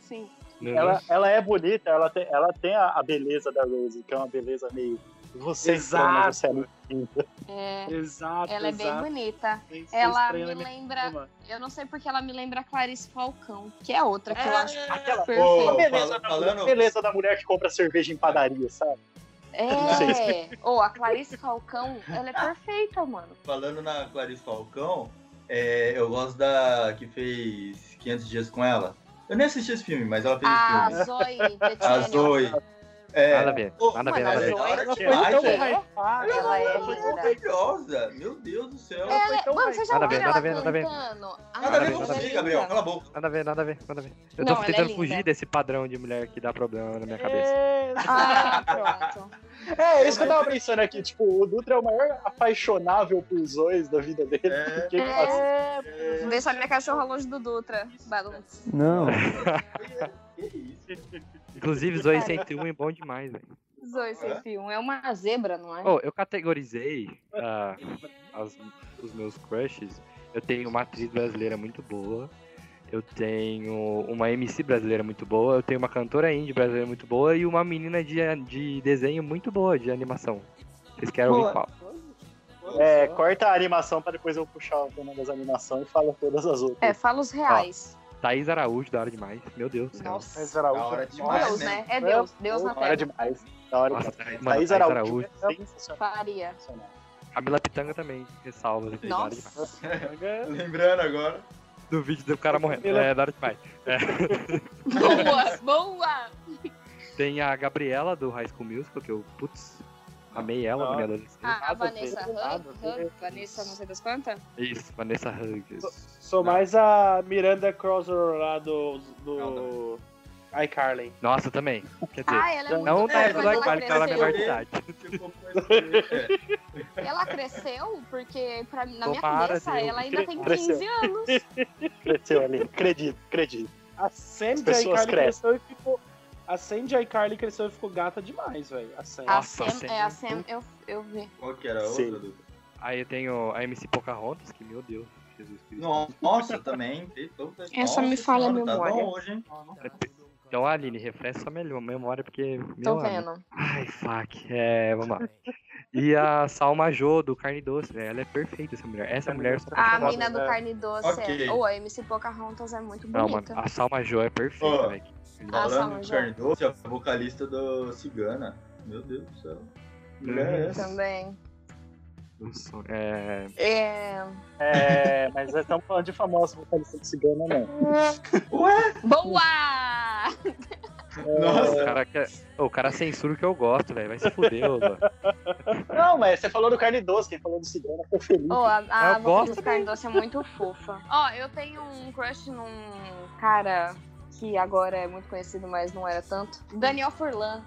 Speaker 7: Sim.
Speaker 3: Ela, ela é bonita, ela tem, ela tem a, a beleza da Rose, que é uma beleza meio. Você estranha,
Speaker 5: Exato.
Speaker 3: você é muito linda.
Speaker 7: É,
Speaker 5: Exato,
Speaker 7: ela é bem
Speaker 5: exato. é
Speaker 7: bonita.
Speaker 5: Bem bonita.
Speaker 7: Ela é me lembra.
Speaker 5: é?
Speaker 7: Eu não sei porque ela me lembra a Clarice Falcão, que é outra que eu acho
Speaker 3: Aquela
Speaker 2: Ô,
Speaker 7: perfeita.
Speaker 3: beleza,
Speaker 2: fal-
Speaker 3: da-
Speaker 2: falando-
Speaker 3: beleza da mulher que compra cerveja em padaria, sabe?
Speaker 7: É! Ou a Clarice Falcão, ela é perfeita, mano.
Speaker 2: Falando na Clarice Falcão, é, eu gosto da que fez 500 Dias com ela. Eu nem assisti esse filme, mas ela fez
Speaker 7: A
Speaker 2: esse filme.
Speaker 7: Zoe
Speaker 2: A
Speaker 7: Deschanel.
Speaker 2: Zoe. É,
Speaker 1: Nada a ver,
Speaker 2: Ô,
Speaker 1: nada a ver,
Speaker 7: mano,
Speaker 1: nada a
Speaker 2: ela é
Speaker 1: ver.
Speaker 2: da hora
Speaker 5: Ela foi
Speaker 2: demais,
Speaker 7: um
Speaker 5: tão
Speaker 2: velho.
Speaker 5: hypada.
Speaker 7: Ela é
Speaker 2: Ela foi tão
Speaker 7: linda.
Speaker 2: maravilhosa. Meu Deus do céu.
Speaker 7: É,
Speaker 5: Ela foi
Speaker 7: Mano,
Speaker 5: tão hypada.
Speaker 7: vocês já
Speaker 1: Nada a
Speaker 7: viram
Speaker 1: ver, nada a ver,
Speaker 7: ela
Speaker 1: nada a ver.
Speaker 7: cantando? Ah,
Speaker 2: Nada a ver com
Speaker 7: é
Speaker 1: Nada a ver.
Speaker 2: você, Gabriel. Cala a boca.
Speaker 1: Nada a ver, nada a ver, nada a ver. Eu
Speaker 7: Não,
Speaker 1: tô
Speaker 7: ela é
Speaker 1: tentando
Speaker 7: linda.
Speaker 1: fugir desse padrão de mulher que dá problema na minha cabeça.
Speaker 5: É,
Speaker 7: Ah, pronto.
Speaker 3: É, isso que eu tava pensando aqui, tipo, o Dutra é o maior apaixonável por Zoes da vida dele.
Speaker 2: É.
Speaker 3: porque ele faz-
Speaker 7: Não deixa a minha cachorra longe do Dutra. Bagunça.
Speaker 9: Não.
Speaker 2: Que isso?
Speaker 1: Inclusive, Zoe 101 é bom demais, velho.
Speaker 7: Zoe sem
Speaker 2: É?
Speaker 7: fio.
Speaker 10: É uma zebra, não é?
Speaker 1: Oh, eu categorizei ah, as- os meus crushes. Eu tenho uma atriz brasileira muito boa. Eu tenho uma MC brasileira muito boa. Eu tenho uma cantora indie brasileira muito boa. E uma menina de, de desenho muito boa, de animação. Vocês querem ouvir
Speaker 9: Boa.
Speaker 1: qual?
Speaker 3: É, corta a animação pra depois eu puxar o tema das animações e fala todas as outras.
Speaker 7: É, fala os reais.
Speaker 1: Thaís Araújo, da hora demais. Meu Deus do céu.
Speaker 7: Nossa.
Speaker 3: Mas era
Speaker 2: Da hora demais,
Speaker 7: Deus,
Speaker 2: mesmo.
Speaker 7: né? É Deus. Deus na
Speaker 3: Da hora
Speaker 7: terra.
Speaker 3: demais. Da hora
Speaker 1: Nossa,
Speaker 3: demais.
Speaker 1: Thaís, mano,
Speaker 3: Thaís
Speaker 1: Thaís
Speaker 3: Araújo
Speaker 1: Araújo.
Speaker 3: é sensacional.
Speaker 7: Faria.
Speaker 1: Camila Pitanga também, ressalva. assim, da hora demais.
Speaker 7: Nossa.
Speaker 5: né?
Speaker 2: Lembrando agora.
Speaker 1: Do vídeo do cara morrendo.
Speaker 5: Camila-
Speaker 1: É, da hora demais.
Speaker 7: Boa, boa.
Speaker 1: Tem a Gabriela, do High School Musical, que eu, putz, amei ela na minha adolescência.
Speaker 7: A, a
Speaker 3: a
Speaker 7: Ah, Vanessa
Speaker 3: ver, nada a ver.
Speaker 7: Hug. Vanessa, não sei das quantas.
Speaker 1: Isso, Vanessa Huggs.
Speaker 5: Sou mais a Miranda Crosser lá do. do... iCarly.
Speaker 1: Nossa, também. Quer dizer,
Speaker 7: Ah, ela é muito
Speaker 1: não
Speaker 7: boa,
Speaker 1: na época do
Speaker 7: mas
Speaker 1: Aquário, que ela é
Speaker 7: cresceu.
Speaker 1: menor de idade.
Speaker 2: Tipo, foi assim, é.
Speaker 7: Ela cresceu porque pra, na minha
Speaker 1: Tomara,
Speaker 7: cabeça
Speaker 1: Deus.
Speaker 7: ela ainda tem
Speaker 3: Cresceu.
Speaker 7: 15 anos.
Speaker 3: Cresceu ali. Acredito, acredito.
Speaker 5: A Sandy
Speaker 3: pessoas
Speaker 5: iCarly
Speaker 3: crescem.
Speaker 5: cresceu e ficou. A Sandy iCarly cresceu e ficou gata demais, velho. A Sandy.
Speaker 7: A
Speaker 1: Nossa,
Speaker 7: Sam,
Speaker 1: Sam.
Speaker 7: é, a Sam, eu, eu vi.
Speaker 2: Qual que era a outra?
Speaker 3: Sim.
Speaker 2: Dudu?
Speaker 1: Aí eu tenho a MC Pocahontas, que meu Deus, Jesus Cristo.
Speaker 2: Nossa, também. tem toda-
Speaker 7: Essa me
Speaker 2: Nossa
Speaker 7: falha a
Speaker 2: senhora,
Speaker 7: memória.
Speaker 2: Tá bom hoje, hein?
Speaker 1: Então, Aline, refresca sua melhor memória, porque...
Speaker 7: Tô
Speaker 1: meu amigo.
Speaker 7: vendo.
Speaker 1: Ai, fuck. É, vamos lá. E a Salma Jo, do Carne Doce, velho. Ela é perfeita, essa mulher. Essa mulher é super
Speaker 7: A
Speaker 5: Nossa,
Speaker 7: mina do
Speaker 5: é.
Speaker 7: carne doce.
Speaker 2: Ok.
Speaker 7: é- Ou a MC Pocahontas é muito
Speaker 1: Não, mano,
Speaker 7: bonita.
Speaker 1: a Salma Jo é perfeita,
Speaker 2: Ó.
Speaker 1: velho.
Speaker 7: Nossa,
Speaker 2: Falando
Speaker 7: mas
Speaker 2: de
Speaker 7: Ah, já-
Speaker 2: carne doce, a vocalista do Cigana. Meu Deus do céu. Mulher é essa?
Speaker 7: Também.
Speaker 1: Nossa, É...
Speaker 7: É...
Speaker 3: É, mas nós estamos falando de famosa vocalista de cigana,
Speaker 5: né?
Speaker 3: não.
Speaker 7: Boa!
Speaker 1: O
Speaker 2: Nossa,
Speaker 1: cara, quer... o cara censura o que eu gosto, velho. Vai se fuder, ô, mano.
Speaker 3: Não, mas você falou do carne doce, quem falou do cigana foi feliz.
Speaker 7: Oh, a a
Speaker 1: Eu
Speaker 7: vocalista
Speaker 1: gosto
Speaker 7: do carne doce é muito fofa. Ó, eu tenho um crush num cara que agora é muito conhecido, mas não era tanto. Daniel Furlan.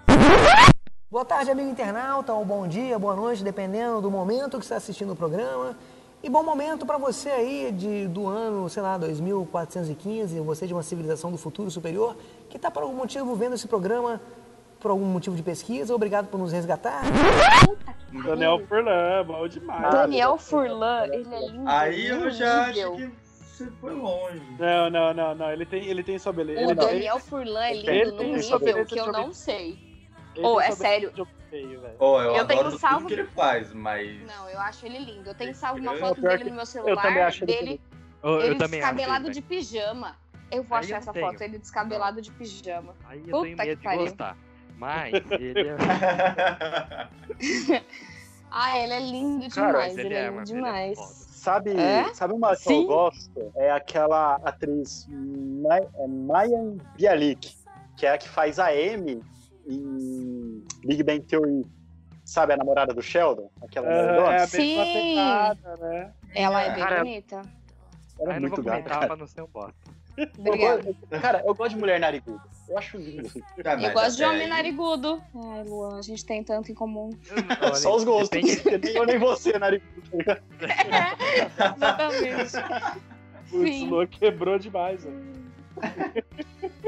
Speaker 6: Boa tarde, amigo internauta, ou bom dia, boa noite, dependendo do momento que você está assistindo o programa. E bom momento para você aí de, do ano, sei lá, 2415, você de uma civilização do futuro superior, que está por algum motivo vendo esse programa, por algum motivo de pesquisa. Obrigado por nos resgatar.
Speaker 5: Hum. Daniel Furlan, bom demais.
Speaker 7: Daniel Furlan, ele é lindo.
Speaker 2: aí eu já acho
Speaker 7: nível.
Speaker 2: que você foi longe.
Speaker 5: Não, não, não, não. Ele tem, ele tem sua beleza.
Speaker 7: O
Speaker 5: Ele tem-
Speaker 7: Daniel Furlan é
Speaker 5: Ele
Speaker 7: lindo num
Speaker 5: tem essa
Speaker 7: nível
Speaker 5: beleza
Speaker 7: que eu
Speaker 5: de
Speaker 7: não
Speaker 5: obedi-
Speaker 7: sei.
Speaker 5: ele
Speaker 7: Ô,
Speaker 5: tem
Speaker 7: é
Speaker 5: sua beleza
Speaker 7: sério.
Speaker 5: de homem feio, velho.
Speaker 2: Ó, eu,
Speaker 7: Eu tenho
Speaker 2: adoro tudo
Speaker 7: salvo-
Speaker 2: que ele faz, mas...
Speaker 7: Não, eu acho ele lindo. Eu tenho salvo uma
Speaker 2: Eu-
Speaker 7: foto
Speaker 3: pior
Speaker 7: dele
Speaker 3: que-
Speaker 7: no meu
Speaker 3: eu também
Speaker 7: celular,
Speaker 3: acho ele
Speaker 7: dele,
Speaker 1: Eu, eu
Speaker 7: ele
Speaker 1: também acho.
Speaker 7: descabelado
Speaker 1: ele,
Speaker 7: de pijama. Eu vou
Speaker 1: Aí
Speaker 7: achar
Speaker 1: eu
Speaker 7: essa
Speaker 1: tenho.
Speaker 7: foto, ele descabelado de pijama.
Speaker 1: velho. Aí eu tenho
Speaker 7: Puta que
Speaker 1: medo de
Speaker 7: pariu.
Speaker 1: gostar. Mas ele é.
Speaker 7: Ah, ele é lindo demais,
Speaker 1: Cara, mas
Speaker 7: ele, é lindo
Speaker 1: mano, ele
Speaker 7: demais.
Speaker 1: foda.
Speaker 3: Sabe,
Speaker 7: É?
Speaker 3: sabe uma que
Speaker 7: Sim.
Speaker 3: eu gosto? É aquela atriz Mai- é Mayan Bialik, que é a que faz a Amy em Big Bang Theory. Sabe a namorada do Sheldon? Aquela
Speaker 5: Ah, é a
Speaker 3: grandona?
Speaker 5: mesma
Speaker 7: Sim.
Speaker 5: pegada, né?
Speaker 7: Ela é bem
Speaker 1: Cara,
Speaker 7: bonita.
Speaker 3: Era
Speaker 1: Aí não
Speaker 3: muito
Speaker 1: vou
Speaker 3: gato.
Speaker 1: comentar pra não ser um bosta.
Speaker 7: Obrigada.
Speaker 3: Cara, eu gosto de mulher nariguda. Eu acho lindo.
Speaker 2: Tá, mas
Speaker 7: Eu gosto de
Speaker 2: até
Speaker 7: homem
Speaker 2: aí-
Speaker 7: narigudo. Ai, Luan, a gente tem tanto em comum.
Speaker 1: Olha,
Speaker 3: Só os gostos.
Speaker 1: depende-
Speaker 3: porque nem eu nem você, narigudo. tá ligado?
Speaker 7: Exatamente.
Speaker 3: Putz,
Speaker 7: Sim.
Speaker 3: o Luan quebrou demais. Né?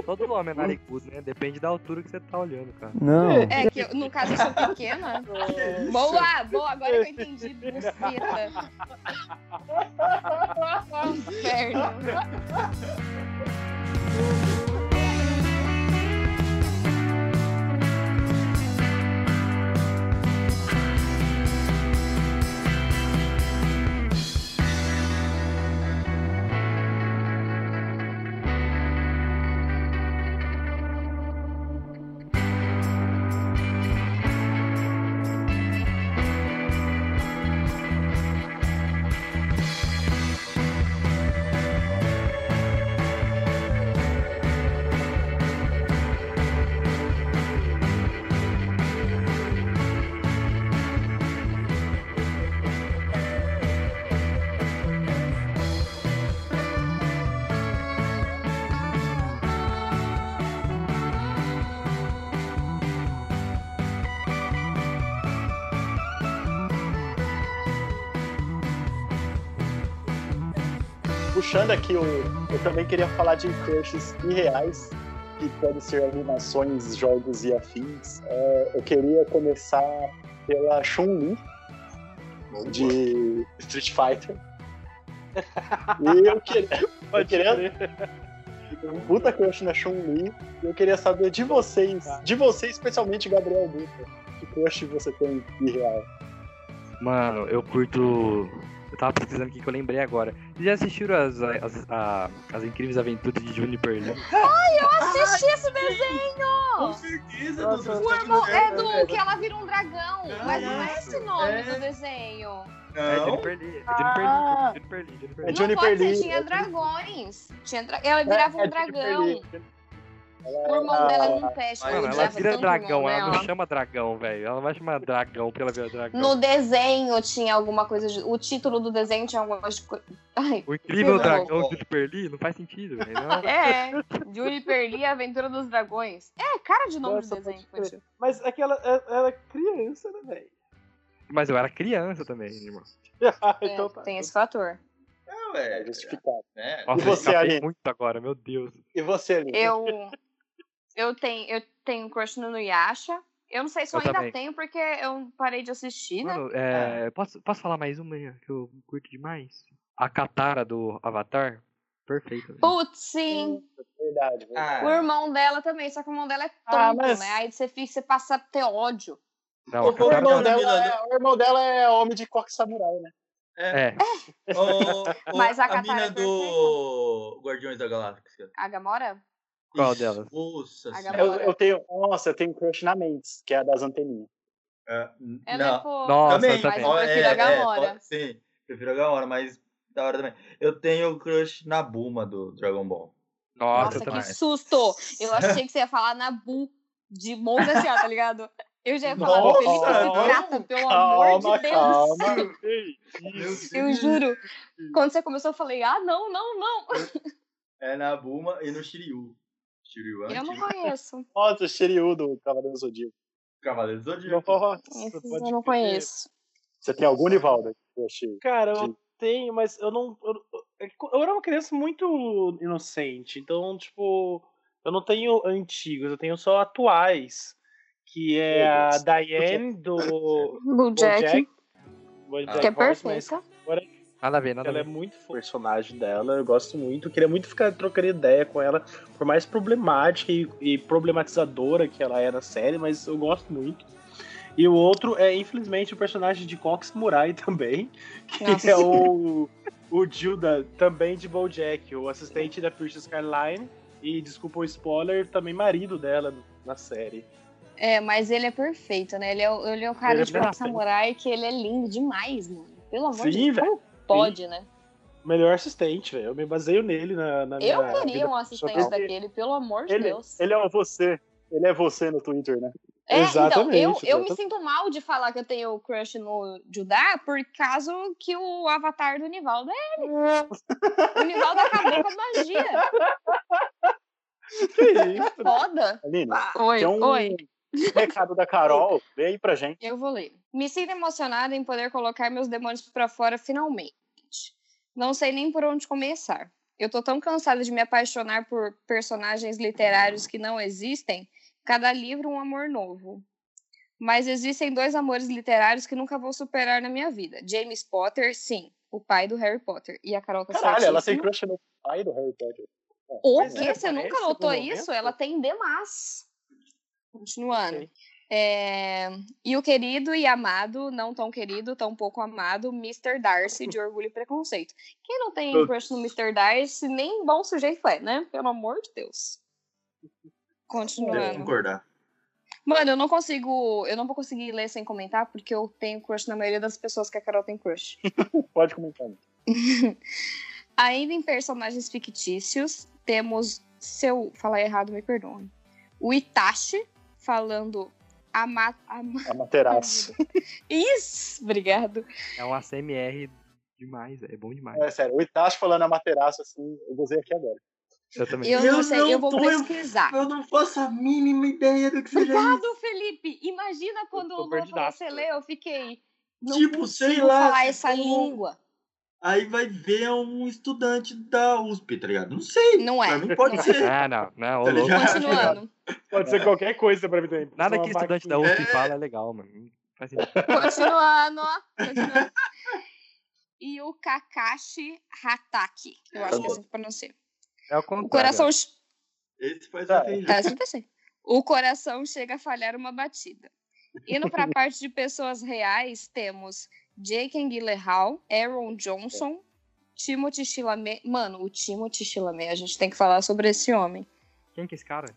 Speaker 1: Todo homem é narigudo, né? Depende da altura que você tá olhando, cara.
Speaker 8: Não.
Speaker 7: É que, eu- no caso, eu sou pequena. Boa, boa, agora que eu entendi. Buceta. Inferno.
Speaker 3: Puxando aqui, eu, eu também queria falar de crushes irreais, que podem ser animações, jogos e afins. É, eu queria começar pela Chun-Li, de Street Fighter. E eu queria. eu queria um puta crush na Chun-Li. E eu queria saber de vocês, de vocês, especialmente Gabriel Dutra, que crush você tem irreal.
Speaker 1: Mano, eu curto. Eu tava pesquisando aqui que eu lembrei agora. Vocês já assistiram as, as, a- as incríveis aventuras de Juniper Lee?
Speaker 7: Assisti esse desenho!
Speaker 2: Com certeza,
Speaker 3: Nossa,
Speaker 2: Dudu.
Speaker 7: O
Speaker 2: você tá
Speaker 7: irmão
Speaker 2: me
Speaker 7: é
Speaker 2: vendo,
Speaker 7: do
Speaker 2: velho.
Speaker 7: que ela vira um dragão.
Speaker 2: Ah,
Speaker 7: Mas não é
Speaker 2: isso.
Speaker 7: esse nome
Speaker 2: É.
Speaker 7: do desenho.
Speaker 1: É
Speaker 2: Não,
Speaker 1: Juniper Lee. É Juniper
Speaker 3: Ah!
Speaker 1: Lee. Juniper Lee. Juniper
Speaker 3: É
Speaker 1: Lee.
Speaker 3: Juniper
Speaker 7: não pode
Speaker 3: Lee,
Speaker 7: ser, tinha
Speaker 3: é Juniper-
Speaker 7: dragões. Tinha dra- Ela virava um dragão. O irmão
Speaker 3: Ah,
Speaker 7: dela era um né? peste.
Speaker 2: Mano,
Speaker 7: eu
Speaker 1: Mano, ela
Speaker 7: odiava
Speaker 1: vira
Speaker 7: tanto o
Speaker 1: dragão,
Speaker 7: irmão
Speaker 1: ela
Speaker 7: dela.
Speaker 1: não chama dragão, velho. Ela não vai chamar dragão porque ela vira dragão.
Speaker 7: No desenho tinha alguma coisa. de- O título do desenho tinha alguma coisa. de co- Ai.
Speaker 1: O incrível
Speaker 7: Não.
Speaker 1: dragão de Juniper Lee não faz sentido, velho. Não,
Speaker 7: É, Juniper Lee, Aventura dos Dragões. É, cara de nome do
Speaker 5: Nossa,
Speaker 7: desenho.
Speaker 5: pode crer. Mas é aquela era criança, né, velho?
Speaker 1: Mas eu era criança também, irmão.
Speaker 5: Ah,
Speaker 7: É,
Speaker 5: então tá.
Speaker 7: Tem esse fator.
Speaker 2: não,
Speaker 3: É
Speaker 2: é,
Speaker 3: justificado.
Speaker 2: né?
Speaker 1: Nossa,
Speaker 3: E você,
Speaker 1: eu
Speaker 3: Aline?
Speaker 1: escapei muito agora, meu Deus.
Speaker 3: E você, Aline?
Speaker 7: Eu, eu, tenho, eu tenho um crush no Yasha. Eu não sei se eu,
Speaker 1: Eu
Speaker 7: ainda
Speaker 1: também.
Speaker 7: tenho, porque eu parei de assistir, né?
Speaker 1: Mano, é, posso, posso falar mais uma aí, que eu curto demais? A Katara do Avatar? Perfeito.
Speaker 7: Putz, sim.
Speaker 3: Verdade, verdade.
Speaker 2: Ah,
Speaker 7: O irmão dela também, só que o irmão dela é tonto,
Speaker 3: Ah, mas-
Speaker 7: né? Aí você, fica, você passa a ter ódio.
Speaker 1: Não,
Speaker 2: Ô,
Speaker 1: a
Speaker 2: pô,
Speaker 1: Katara-
Speaker 2: irmão,
Speaker 3: é, o irmão dela é homem de coque samurai, né?
Speaker 1: É,
Speaker 2: o, o,
Speaker 7: Mas a
Speaker 2: a,
Speaker 7: Katara é
Speaker 2: mina do Guardiões da Galáxia.
Speaker 7: A Gamora?
Speaker 1: Qual delas?
Speaker 2: Nossa
Speaker 7: A
Speaker 2: senhora.
Speaker 3: Eu, eu tenho, nossa, eu tenho um crush na Mendes, que é a das anteninhas.
Speaker 2: É,
Speaker 7: Ela é
Speaker 2: não,
Speaker 7: fofa.
Speaker 1: Nossa,
Speaker 2: também.
Speaker 1: eu também.
Speaker 7: Mas eu prefiro
Speaker 2: É,
Speaker 7: a Gamora.
Speaker 2: é, pode- sim, prefiro a Gamora, mas da hora também. Eu tenho crush na Buma do Dragon Ball.
Speaker 1: Nossa,
Speaker 7: Nossa,
Speaker 1: eu
Speaker 7: que
Speaker 1: também.
Speaker 7: susto! Eu achei que você ia falar Nabu de Monza S.A., tá ligado? Eu já ia falar,
Speaker 3: Nossa,
Speaker 7: Felipe,
Speaker 2: não,
Speaker 7: se trata, pelo amor de Deus!
Speaker 3: calma.
Speaker 7: Eu juro. Quando você começou, eu falei, ah, não, não, não.
Speaker 2: É na Buma e no Shiryu. Shiryu é
Speaker 7: Eu não
Speaker 2: antes
Speaker 7: conheço.
Speaker 3: Nossa, o Shiryu do Cavaleiro Zodíaco.
Speaker 2: Cavaleiro do Zodíaco.
Speaker 5: Nossa,
Speaker 7: Esses
Speaker 5: pode
Speaker 7: eu não
Speaker 5: crer.
Speaker 7: conheço.
Speaker 3: Você tem algum Nivaldo? Crush?
Speaker 5: Cara, eu
Speaker 3: Sim.
Speaker 5: tenho, mas eu não. Eu, é eu- eu era uma criança muito inocente, então, tipo, eu não tenho antigos, eu tenho só atuais. Que é
Speaker 3: Meu
Speaker 5: a
Speaker 3: Deus.
Speaker 5: Diane do
Speaker 7: Blue
Speaker 5: Bojack.
Speaker 7: Jack,
Speaker 3: Ah.
Speaker 5: Bojack
Speaker 7: que é
Speaker 5: Horseman, mas
Speaker 7: perfeita.
Speaker 1: Nada a ver, nada a
Speaker 5: Ela é
Speaker 1: ver.
Speaker 5: muito fo- personagem dela, eu gosto muito. Eu queria muito ficar trocando ideia com ela, por mais problemática e, e problematizadora que ela é na série, mas eu gosto muito. E o outro é, infelizmente, o personagem de Cox Murai também, que
Speaker 7: Nossa.
Speaker 5: é o, o Judah, também de Bojack, o assistente da Princess Caroline, e, desculpa o spoiler, também marido dela na série.
Speaker 7: É, mas ele é perfeito, né? Ele é, o- ele é o cara
Speaker 5: Ele é
Speaker 7: de Black
Speaker 5: perfeito.
Speaker 7: Samurai que ele é lindo demais, mano. Pelo amor de
Speaker 5: Sim,
Speaker 7: Deus,
Speaker 5: velho.
Speaker 7: como pode, né?
Speaker 5: Melhor assistente, velho. Eu me baseio nele na, na
Speaker 7: Eu
Speaker 5: minha
Speaker 7: queria
Speaker 5: vida
Speaker 7: um assistente
Speaker 5: profissional.
Speaker 7: daquele, pelo amor de
Speaker 3: Ele,
Speaker 7: Deus.
Speaker 3: ele é o você. Ele é você no Twitter, né?
Speaker 7: É,
Speaker 5: Exatamente,
Speaker 7: então, eu, eu me
Speaker 5: exatamente.
Speaker 7: sinto mal de falar que eu tenho crush no Judá por causa que o avatar do Nivaldo é ele. O Nivaldo acabou com a magia.
Speaker 5: Que isso?
Speaker 7: Foda.
Speaker 3: Aline,
Speaker 4: Oi,
Speaker 3: tem um
Speaker 4: oi.
Speaker 3: recado da Carol, vê aí pra gente.
Speaker 7: Eu vou ler. Me sinto emocionada em poder colocar meus demônios pra fora finalmente. Não sei nem por onde começar. Eu tô tão cansada de me apaixonar por personagens literários que não existem. Cada livro um amor novo. Mas existem dois amores literários que nunca vou superar na minha vida. James Potter, sim, o pai do Harry Potter. E a Carol tá
Speaker 3: Caralho, ela tem crush
Speaker 7: certíssima.
Speaker 3: no pai do Harry Potter.
Speaker 7: O
Speaker 5: Pois
Speaker 7: quê?
Speaker 5: é,
Speaker 7: Você nunca
Speaker 5: parece,
Speaker 7: notou
Speaker 5: no
Speaker 7: isso?
Speaker 5: momento.
Speaker 7: Ela tem demais. Continuando. É, E o querido e amado, não tão querido, tão pouco amado, Mr. Darcy, de Orgulho e Preconceito. Quem não tem
Speaker 5: Putz.
Speaker 7: crush no Mr. Darcy, nem bom sujeito é, né? Pelo amor de Deus.
Speaker 2: Devo
Speaker 7: Continuando.
Speaker 2: concordar.
Speaker 7: Mano, eu não consigo. Eu não vou conseguir ler sem comentar, porque eu tenho crush na maioria das pessoas que a Carol tem crush.
Speaker 3: Pode comentar. né?
Speaker 7: Ainda em personagens fictícios, temos, se eu falar errado, me perdoem, o Itachi falando ama, ama-
Speaker 3: A Materaço.
Speaker 7: Isso! Obrigado.
Speaker 1: É um ACMR demais, é bom demais.
Speaker 3: É sério, o Itachi falando a Materaço assim, eu gozei aqui agora.
Speaker 1: Eu também.
Speaker 7: Eu, não
Speaker 2: Eu
Speaker 7: sei,
Speaker 2: não
Speaker 7: eu vou
Speaker 2: tô-
Speaker 7: pesquisar.
Speaker 2: Eu não faço a mínima ideia do que seja isso.
Speaker 7: Obrigado, Felipe! Imagina quando
Speaker 1: tô
Speaker 7: o Lua falou,
Speaker 1: perdidaço.
Speaker 7: você lê, eu fiquei... Não
Speaker 2: Tipo,
Speaker 7: consigo
Speaker 2: sei lá,
Speaker 7: falar
Speaker 2: tipo,
Speaker 7: essa língua.
Speaker 2: Aí vai ver um estudante da USP, tá ligado? Não sei.
Speaker 7: Não é.
Speaker 2: Pra mim pode
Speaker 7: Não é.
Speaker 2: ser.
Speaker 1: Ah, não, não, ô
Speaker 2: Tá
Speaker 1: louco.
Speaker 2: ligado?
Speaker 7: Continuando.
Speaker 5: Pode ser qualquer coisa pra mim também.
Speaker 1: Nada
Speaker 5: Uma
Speaker 1: que estudante da
Speaker 5: vaquinha.
Speaker 1: USP fala é legal, mano. Não Faz sentido.
Speaker 7: Continuando, ó. Continuando. E o Kakashi Hatake. Eu acho que é assim que pronuncia.
Speaker 2: Tá
Speaker 1: É o
Speaker 7: O
Speaker 1: contrário.
Speaker 7: coração
Speaker 2: Esse faz
Speaker 3: Tá.
Speaker 2: ofender.
Speaker 7: Tá, sempre assim. O coração chega a falhar uma batida. Indo para a parte de pessoas reais, temos Jake Gyllenhaal, Aaron Johnson, Timothy Chalamet. Mano, o Timothy Chalamet, a gente tem que falar sobre esse homem.
Speaker 1: Quem que é esse cara?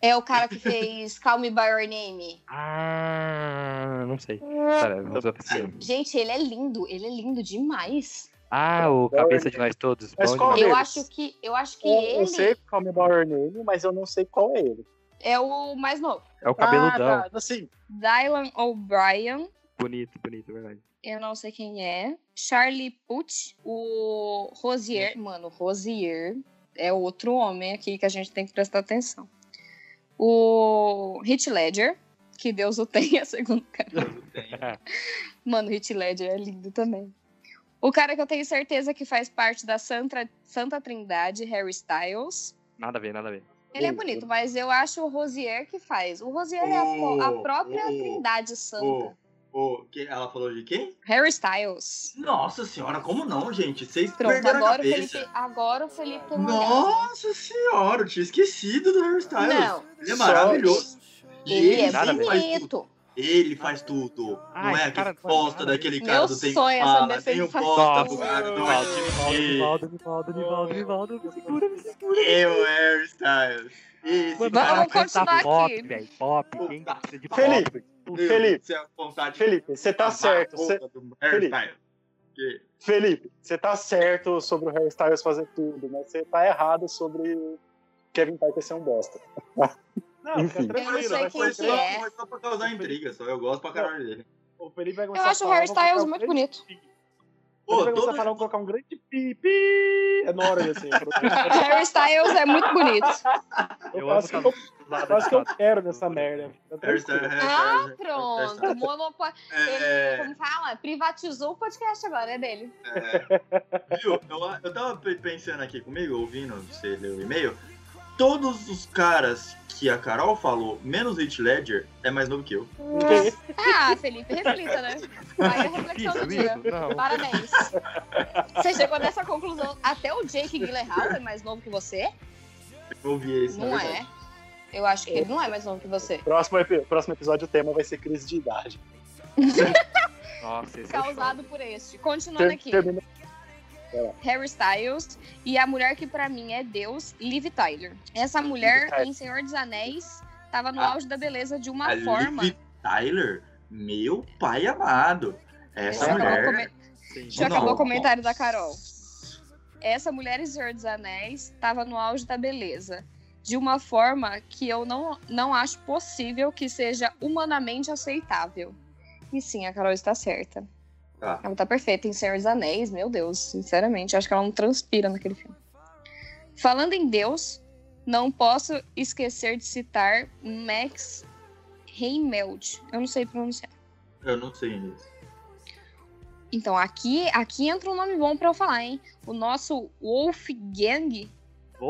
Speaker 7: É o cara que fez Call Me By Your Name.
Speaker 1: Ah, não sei. Pera, vamos assim. ver esse filme.
Speaker 7: Gente, ele é lindo, ele é lindo demais.
Speaker 1: Ah, o cabeça de nós todos.
Speaker 3: Mas
Speaker 1: Bom
Speaker 3: qual
Speaker 1: demais.
Speaker 3: Deles.
Speaker 7: Eu acho que, eu acho que
Speaker 3: Eu, eu
Speaker 7: ele
Speaker 3: sei qual é o Bauer Name, mas eu não sei qual é ele.
Speaker 7: é o mais novo.
Speaker 1: É o cabeludão.
Speaker 3: Ah, tá, assim,
Speaker 7: Dylan O'Brien,
Speaker 1: Bonito, bonito, verdade.
Speaker 7: Eu não sei quem é. Charlie Puth, o Rosier. Mano, Rosier é outro homem aqui que a gente tem que prestar atenção. O Hit Ledger, que Deus o tenha, segundo o cara. Mano, o Hit Ledger é lindo também. O cara que eu tenho certeza que faz parte da Santa, Santa Trindade, Harry Styles.
Speaker 1: Nada a ver, nada a ver.
Speaker 7: Ele é
Speaker 3: Hum,
Speaker 7: bonito, mas eu acho o Rosier que faz. O Rosier é a, fo- a
Speaker 2: Oh,
Speaker 7: própria
Speaker 2: oh,
Speaker 7: Trindade Santa.
Speaker 2: O, o, que, ela falou de quem?
Speaker 7: Harry Styles.
Speaker 2: Nossa senhora, como não, gente? Vocês
Speaker 7: Pronto,
Speaker 2: perderam a
Speaker 7: agora o,
Speaker 2: cabeça.
Speaker 7: Felipe, agora o Felipe é um tem uma olhada.
Speaker 2: Nossa senhora, eu tinha esquecido do Harry Styles.
Speaker 7: Não,
Speaker 2: Ele é maravilhoso.
Speaker 7: ele é
Speaker 1: Nada a ver.
Speaker 2: faz tudo.
Speaker 7: bonito.
Speaker 2: Ele faz tudo.
Speaker 1: Ah,
Speaker 2: não é
Speaker 1: esse cara-
Speaker 2: aquele bosta
Speaker 1: nada a ver.
Speaker 2: daquele
Speaker 7: Meu
Speaker 2: cara do tempo
Speaker 7: sonho é saber
Speaker 2: fala,
Speaker 7: se
Speaker 2: nem
Speaker 7: ele
Speaker 2: o
Speaker 7: faz
Speaker 2: bosta do
Speaker 7: tudo.
Speaker 2: cara do Artificial.
Speaker 1: Nivaldo, Nivaldo, Nivaldo, Nivaldo, me segura, me segura.
Speaker 2: Eu, Harry Styles. Esse
Speaker 1: Mano,
Speaker 7: Vamos
Speaker 1: cara,
Speaker 2: cara
Speaker 1: canta
Speaker 7: continuar
Speaker 1: pop,
Speaker 7: aqui.
Speaker 1: velho. Pop, quem gosta de pop?
Speaker 3: Felipe,
Speaker 2: Meu
Speaker 3: Felipe.
Speaker 2: Deus, a vontade de
Speaker 3: Felipe, você tá
Speaker 2: amar a
Speaker 3: certo.
Speaker 2: boca
Speaker 3: Você,
Speaker 2: do Harry
Speaker 3: Felipe.
Speaker 2: Styles. Que-
Speaker 3: Felipe, você tá certo sobre o Harry Styles fazer tudo, mas você tá errado sobre o Kevin Parker ser um bosta.
Speaker 5: Não, fica
Speaker 3: Enfim.
Speaker 5: tranquilo.
Speaker 7: Eu não sei
Speaker 5: vai
Speaker 7: quem
Speaker 2: Foi
Speaker 5: ser
Speaker 7: que
Speaker 2: só,
Speaker 5: só-
Speaker 7: é.
Speaker 2: foi só pra causar intriga, só eu gosto pra caralho dele.
Speaker 5: O Felipe vai
Speaker 7: Eu
Speaker 5: começar a
Speaker 7: acho o
Speaker 5: falar,
Speaker 7: Harry
Speaker 5: eu vou colocar
Speaker 7: Styles
Speaker 5: um
Speaker 7: muito
Speaker 5: grande
Speaker 7: bonito.
Speaker 5: pi.
Speaker 2: Pô,
Speaker 5: Ele vai começar a
Speaker 2: todo-
Speaker 5: falar, eu vou colocar um grande pi, pi enorme assim. Eu,
Speaker 7: Harry Styles é muito bonito.
Speaker 5: eu
Speaker 1: Eu
Speaker 5: faço,
Speaker 1: amo
Speaker 5: o que eu,
Speaker 1: Nada
Speaker 5: faço o que
Speaker 1: de
Speaker 5: eu
Speaker 1: fato.
Speaker 5: quero nessa merda. Tá
Speaker 2: Harry
Speaker 5: tranquilo.
Speaker 2: Styles, Harry Styles, né?
Speaker 7: Ah,
Speaker 2: Harry
Speaker 7: pronto.
Speaker 2: Styles.
Speaker 7: Monopólio.
Speaker 2: É,
Speaker 7: Como fala? Privatizou o podcast agora, é dele.
Speaker 2: Viu? Eu, eu tava pe- pensando aqui comigo, ouvindo você ler o e-mail. Todos os caras que a Carol falou, menos Hit Ledger, é mais novo que eu.
Speaker 7: Ah, Felipe, reflita, né? Aí é a reflexão do
Speaker 1: Difícil
Speaker 7: dia.
Speaker 1: isso? Não.
Speaker 7: Parabéns. Você chegou nessa conclusão. Até o Jake Gyllenhaal é mais novo que você?
Speaker 2: Eu ouvi esse, na
Speaker 7: Não é.
Speaker 2: verdade.
Speaker 7: Eu acho que ele não é mais novo que você.
Speaker 3: Próximo, epi- próximo episódio, o tema vai ser crise de idade.
Speaker 1: Nossa, esse é
Speaker 7: Causado por este. Continuando
Speaker 3: Ter,
Speaker 7: aqui.
Speaker 3: termina-
Speaker 7: Harry Styles e a mulher que pra mim é Deus, Liv Tyler. Essa mulher
Speaker 3: Liv Tyler.
Speaker 7: em Senhor dos Anéis tava no
Speaker 2: Ah.
Speaker 7: auge da beleza de uma
Speaker 2: A
Speaker 7: forma.
Speaker 2: Liv Tyler, meu pai amado. Essa
Speaker 7: Já acabou o
Speaker 2: mulher.
Speaker 7: come- Já
Speaker 2: Não.
Speaker 7: acabou o comentário da Carol. Essa mulher em Senhor dos Anéis tava no auge da beleza. de uma forma que eu não, não acho possível que seja humanamente aceitável. E sim, a Carol está certa.
Speaker 2: Tá.
Speaker 7: Ela tá perfeita em Senhor dos Anéis, meu Deus, sinceramente, acho que ela não transpira naquele filme. Falando em Deus, não posso esquecer de citar Max Reinmeld. Eu não sei pronunciar.
Speaker 2: Eu não sei inglês.
Speaker 7: Então, aqui, aqui entra um nome bom pra eu falar, hein? O nosso Wolfgang.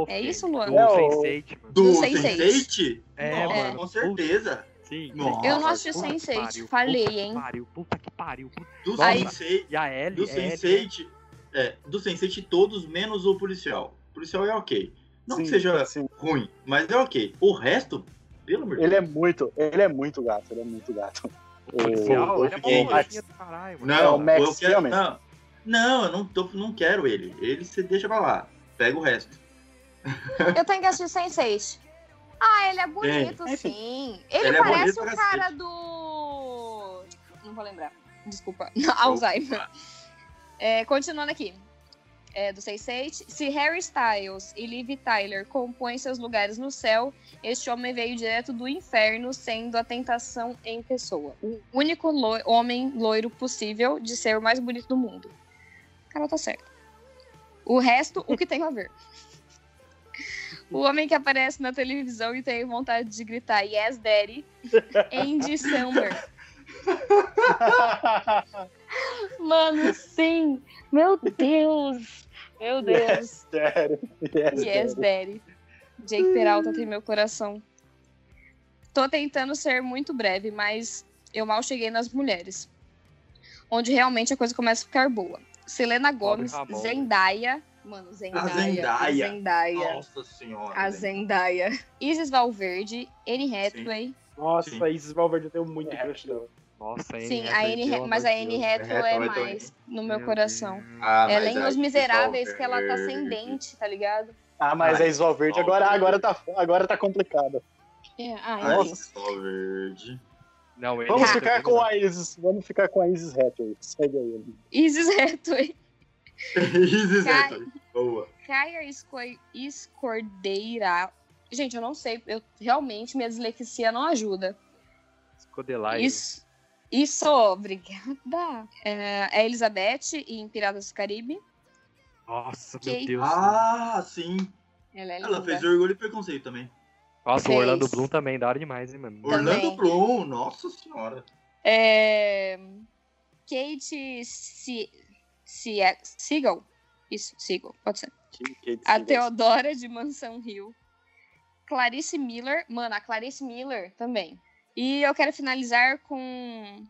Speaker 7: É isso, Luan?
Speaker 1: Do
Speaker 3: É, o-
Speaker 1: Sense8, mano.
Speaker 2: Do
Speaker 7: Sense8.
Speaker 2: Sense8?
Speaker 1: É,
Speaker 2: Nossa,
Speaker 1: mano.
Speaker 2: com certeza.
Speaker 1: Sim.
Speaker 2: Nossa.
Speaker 7: Eu não assisti
Speaker 1: Puta que pariu,
Speaker 7: Sense8, falei,
Speaker 1: puta que
Speaker 7: hein?
Speaker 1: Pariu, puta que pariu. puta-
Speaker 2: Do
Speaker 1: Nossa.
Speaker 2: Sense8.
Speaker 1: E a Ellie.
Speaker 2: Do
Speaker 1: a Ellie-
Speaker 2: Sense8. É, do Sense8 todos, menos o policial. O policial é ok. Não que
Speaker 3: Sim,
Speaker 2: seja
Speaker 3: sim.
Speaker 2: ruim, mas é ok. O resto, pelo amor de
Speaker 3: Ele é muito, ele é muito gato, ele é muito gato.
Speaker 1: O policial,
Speaker 3: O-
Speaker 1: ele é
Speaker 2: Wolfgang.
Speaker 1: uma bolachinha do caralho, mano.
Speaker 3: É o
Speaker 2: Não,
Speaker 3: Max
Speaker 2: eu quero,
Speaker 3: Kilmer.
Speaker 2: não, não, eu não, tô, não quero ele. Ele você deixa pra lá. Pega o resto.
Speaker 7: Eu tenho que assistir Sense8. Ah, ele é bonito,
Speaker 3: É.
Speaker 7: sim. Ele,
Speaker 2: Ele é
Speaker 7: parece
Speaker 2: bonito
Speaker 7: o
Speaker 2: pra
Speaker 7: cara
Speaker 2: cacete.
Speaker 7: do. Não vou lembrar. Desculpa. Alzheimer. É, continuando aqui. É, do 6-8. Se Harry Styles e Liv Tyler compõem seus lugares no céu, este homem veio direto do inferno, sendo a tentação em pessoa. O único lo- homem loiro possível de ser o mais bonito do mundo. Cara, tá certo. O resto, o que tem a ver. O homem que aparece na televisão e tem vontade de gritar Yes, Daddy, Andy Samberg. Mano, sim! Meu Deus! Meu Deus!
Speaker 3: Sério.
Speaker 1: é
Speaker 7: Yes, Daddy. Jake Peralta tem meu coração. Tô tentando ser muito breve, mas eu mal cheguei nas mulheres. Onde realmente a coisa começa a ficar boa. Selena Gomes,
Speaker 1: Ramon.
Speaker 7: Zendaya. Mano, Zendaya.
Speaker 2: Zendaya.
Speaker 7: Zendaya.
Speaker 2: Nossa senhora.
Speaker 7: A
Speaker 2: velho.
Speaker 7: Zendaya. Isis Valverde, Anne Hathaway.
Speaker 5: Nossa,
Speaker 2: Sim.
Speaker 5: Isis Valverde eu tenho muito crush dela.
Speaker 1: Nossa, a Anne
Speaker 7: Sim, a
Speaker 1: Hathaway,
Speaker 7: Anne,
Speaker 1: pelo
Speaker 7: Ha-
Speaker 1: amor
Speaker 7: mas a
Speaker 1: de
Speaker 7: Anne
Speaker 1: Deus.
Speaker 7: Hathaway é
Speaker 2: Hathaway também.
Speaker 7: mais no meu coração.
Speaker 1: Deus.
Speaker 2: Ah,
Speaker 7: Ela é
Speaker 2: mas
Speaker 7: em
Speaker 2: aí,
Speaker 7: Os Miseráveis, que ela tá sem
Speaker 2: Valverde.
Speaker 7: dente, tá ligado?
Speaker 3: Ah, mas
Speaker 2: Ai,
Speaker 3: é Isol Verde. Agora,
Speaker 2: Valverde.
Speaker 3: agora, tá, agora tá complicado.
Speaker 7: É, ah, enfim.
Speaker 2: Nossa, Valverde.
Speaker 1: Não, ele
Speaker 3: Vamos
Speaker 1: é
Speaker 3: ficar
Speaker 1: também,
Speaker 3: com
Speaker 1: mano.
Speaker 3: a Isis. Vamos ficar com a Isis Hathaway. Segue aí.
Speaker 7: Isis Hathaway.
Speaker 2: Isis
Speaker 7: Cai.
Speaker 2: Anthony. Boa.
Speaker 7: Caia Esco- Escordeira. Gente, eu não sei. Eu realmente minha dislexia não ajuda.
Speaker 1: Escodelar.
Speaker 7: Isso. Isso, obrigada. É, é Elizabeth em Piratas do Caribe.
Speaker 1: Nossa,
Speaker 7: Kate.
Speaker 1: meu Deus.
Speaker 2: Ah, sim.
Speaker 7: Ela é
Speaker 2: Ela
Speaker 7: linda.
Speaker 2: fez Orgulho e Preconceito também.
Speaker 1: Nossa, o
Speaker 7: fez.
Speaker 1: Orlando Bloom também, é da hora demais, hein, mano.
Speaker 7: Também.
Speaker 2: Orlando Bloom, nossa senhora.
Speaker 7: É, Kate Se- Se- Seagal. Isso, Seagal, pode ser. A Teodora de Mansão Hill. Clarice Miller. Mano, a Clarice Miller também. E eu quero finalizar com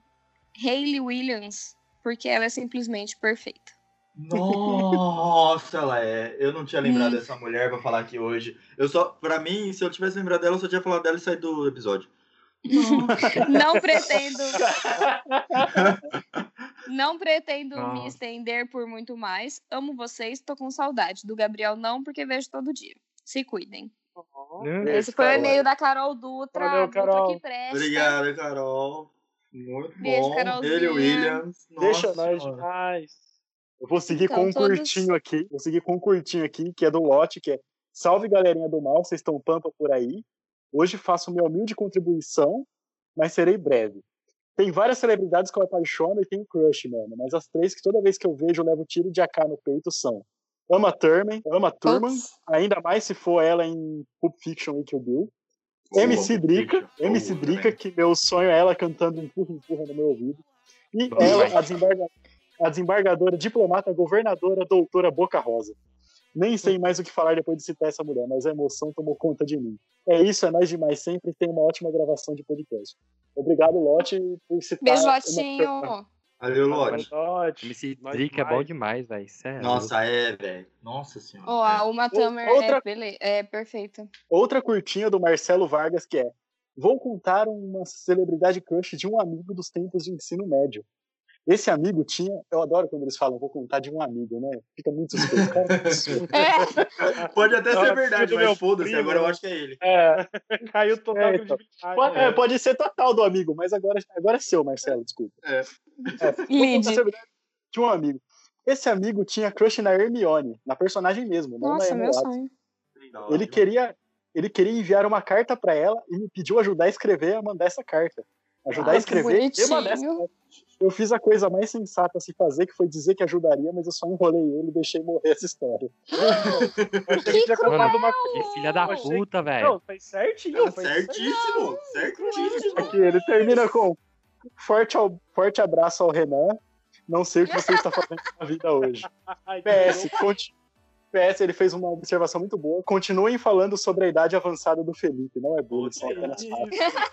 Speaker 7: Hayley Williams, porque ela é simplesmente perfeita.
Speaker 2: Nossa, ela é. Eu não tinha lembrado
Speaker 7: Hum.
Speaker 2: dessa mulher pra falar aqui hoje. Eu só, pra mim, se eu tivesse lembrado dela, eu só tinha falado dela e saído do episódio.
Speaker 7: Não pretendo. Não pretendo me
Speaker 1: Nossa.
Speaker 7: estender por muito mais. Amo vocês, tô com saudade. Do Gabriel, não, porque vejo todo dia. Se cuidem.
Speaker 1: Né?
Speaker 3: É,
Speaker 7: Esse foi o
Speaker 3: Carol.
Speaker 7: e-mail da Carol Dutra.
Speaker 5: Valeu, Carol.
Speaker 7: Dutra que presta.
Speaker 2: Obrigado, Carol. Muito
Speaker 7: Beijo,
Speaker 2: bom.
Speaker 7: Carolzinha.
Speaker 2: Ele, Williams.
Speaker 3: Deixa
Speaker 2: Nossa
Speaker 5: Nós
Speaker 2: senhora.
Speaker 5: demais.
Speaker 3: Eu vou seguir
Speaker 7: Então,
Speaker 3: com um
Speaker 7: todos-
Speaker 3: curtinho aqui. Vou seguir com um curtinho aqui, que é do lote, que é Salve galerinha do mal, vocês estão pampa por aí. Hoje faço minha humilde contribuição, mas serei breve. Tem várias celebridades que eu apaixono e tenho crush, mano. Mas as três que toda vez que eu vejo eu levo tiro de AK no peito são Ama Thurman, Ama Thurman,
Speaker 7: Putz.
Speaker 3: ainda mais se for ela em Pulp Fiction e Kill Bill.
Speaker 2: Boa,
Speaker 3: MC Drica,
Speaker 2: Drica.
Speaker 3: MC
Speaker 2: Boa
Speaker 3: Drica,
Speaker 2: também.
Speaker 3: que meu sonho é ela cantando empurra, empurra no meu ouvido. E
Speaker 1: Boa.
Speaker 3: ela, a, desembarga- a desembargadora, diplomata, governadora, doutora Boca Rosa. Nem sei mais o que falar depois de citar essa mulher, mas a emoção tomou conta de mim. É isso, é nós demais sempre. Tem uma ótima gravação de podcast. Obrigado, Lote, por citar.
Speaker 7: Beijo,
Speaker 3: uma-
Speaker 7: Lotinho.
Speaker 2: Valeu, Lodge.
Speaker 5: Mas, ótimo.
Speaker 1: MC
Speaker 5: Nós
Speaker 1: Drica é
Speaker 5: demais.
Speaker 1: bom demais, velho. sério.
Speaker 2: Nossa, é, velho. Nossa senhora.
Speaker 7: Ó, a Uma Tamer
Speaker 3: outra-
Speaker 7: é, bele... é perfeita.
Speaker 3: Outra curtinha do Marcelo Vargas que é: Vou contar uma celebridade crush de um amigo dos tempos de ensino médio. Esse amigo tinha. Eu adoro quando eles falam, vou contar de um amigo, né? Fica muito suspeito. Cara, que absurdo.
Speaker 7: É,
Speaker 2: Pode até
Speaker 5: Não,
Speaker 2: ser
Speaker 5: é
Speaker 2: verdade,
Speaker 5: filho do
Speaker 2: mas
Speaker 5: meu
Speaker 2: foda-se.
Speaker 5: primo.
Speaker 2: Agora eu acho que é ele.
Speaker 5: É, caiu total
Speaker 3: É,
Speaker 5: de
Speaker 3: então.
Speaker 5: credibilidade,
Speaker 3: pode,
Speaker 5: né?
Speaker 3: é, pode ser total do amigo, mas agora, agora é seu, Marcelo, desculpa.
Speaker 2: É.
Speaker 3: Vou contar
Speaker 7: Lid.
Speaker 3: a celebridade de um amigo. Esse amigo tinha crush na Hermione, na personagem mesmo, não na
Speaker 7: Nossa,
Speaker 3: Emma
Speaker 7: meu
Speaker 3: Watson.
Speaker 7: sonho.
Speaker 2: Sim, da hora
Speaker 7: um
Speaker 3: Ele
Speaker 2: demais.
Speaker 3: queria, ele queria enviar uma carta pra ela e me pediu ajudar a escrever e a mandar essa carta. Ajudar
Speaker 7: Ah,
Speaker 3: a
Speaker 7: que
Speaker 3: escrever e mandar essa
Speaker 7: bonitinho.
Speaker 3: carta. Eu fiz a coisa mais sensata a se fazer, que foi dizer que ajudaria, mas eu só enrolei ele e deixei morrer essa história.
Speaker 5: Eu achei que tinha
Speaker 7: cruel!
Speaker 5: contado uma
Speaker 1: Que filha da
Speaker 5: Eu achei-
Speaker 1: puta, velho.
Speaker 5: Não, foi certinho.
Speaker 2: Tá
Speaker 5: Foi
Speaker 2: certíssimo, certíssimo.
Speaker 3: Aqui, ele termina com forte, ao- forte abraço ao Renan. Não sei o que você está fazendo na vida hoje.
Speaker 5: Ai,
Speaker 3: PS, conti- PS, ele fez uma observação muito boa. Continuem falando sobre a idade avançada do Felipe, não é bullying, são apenas fatos.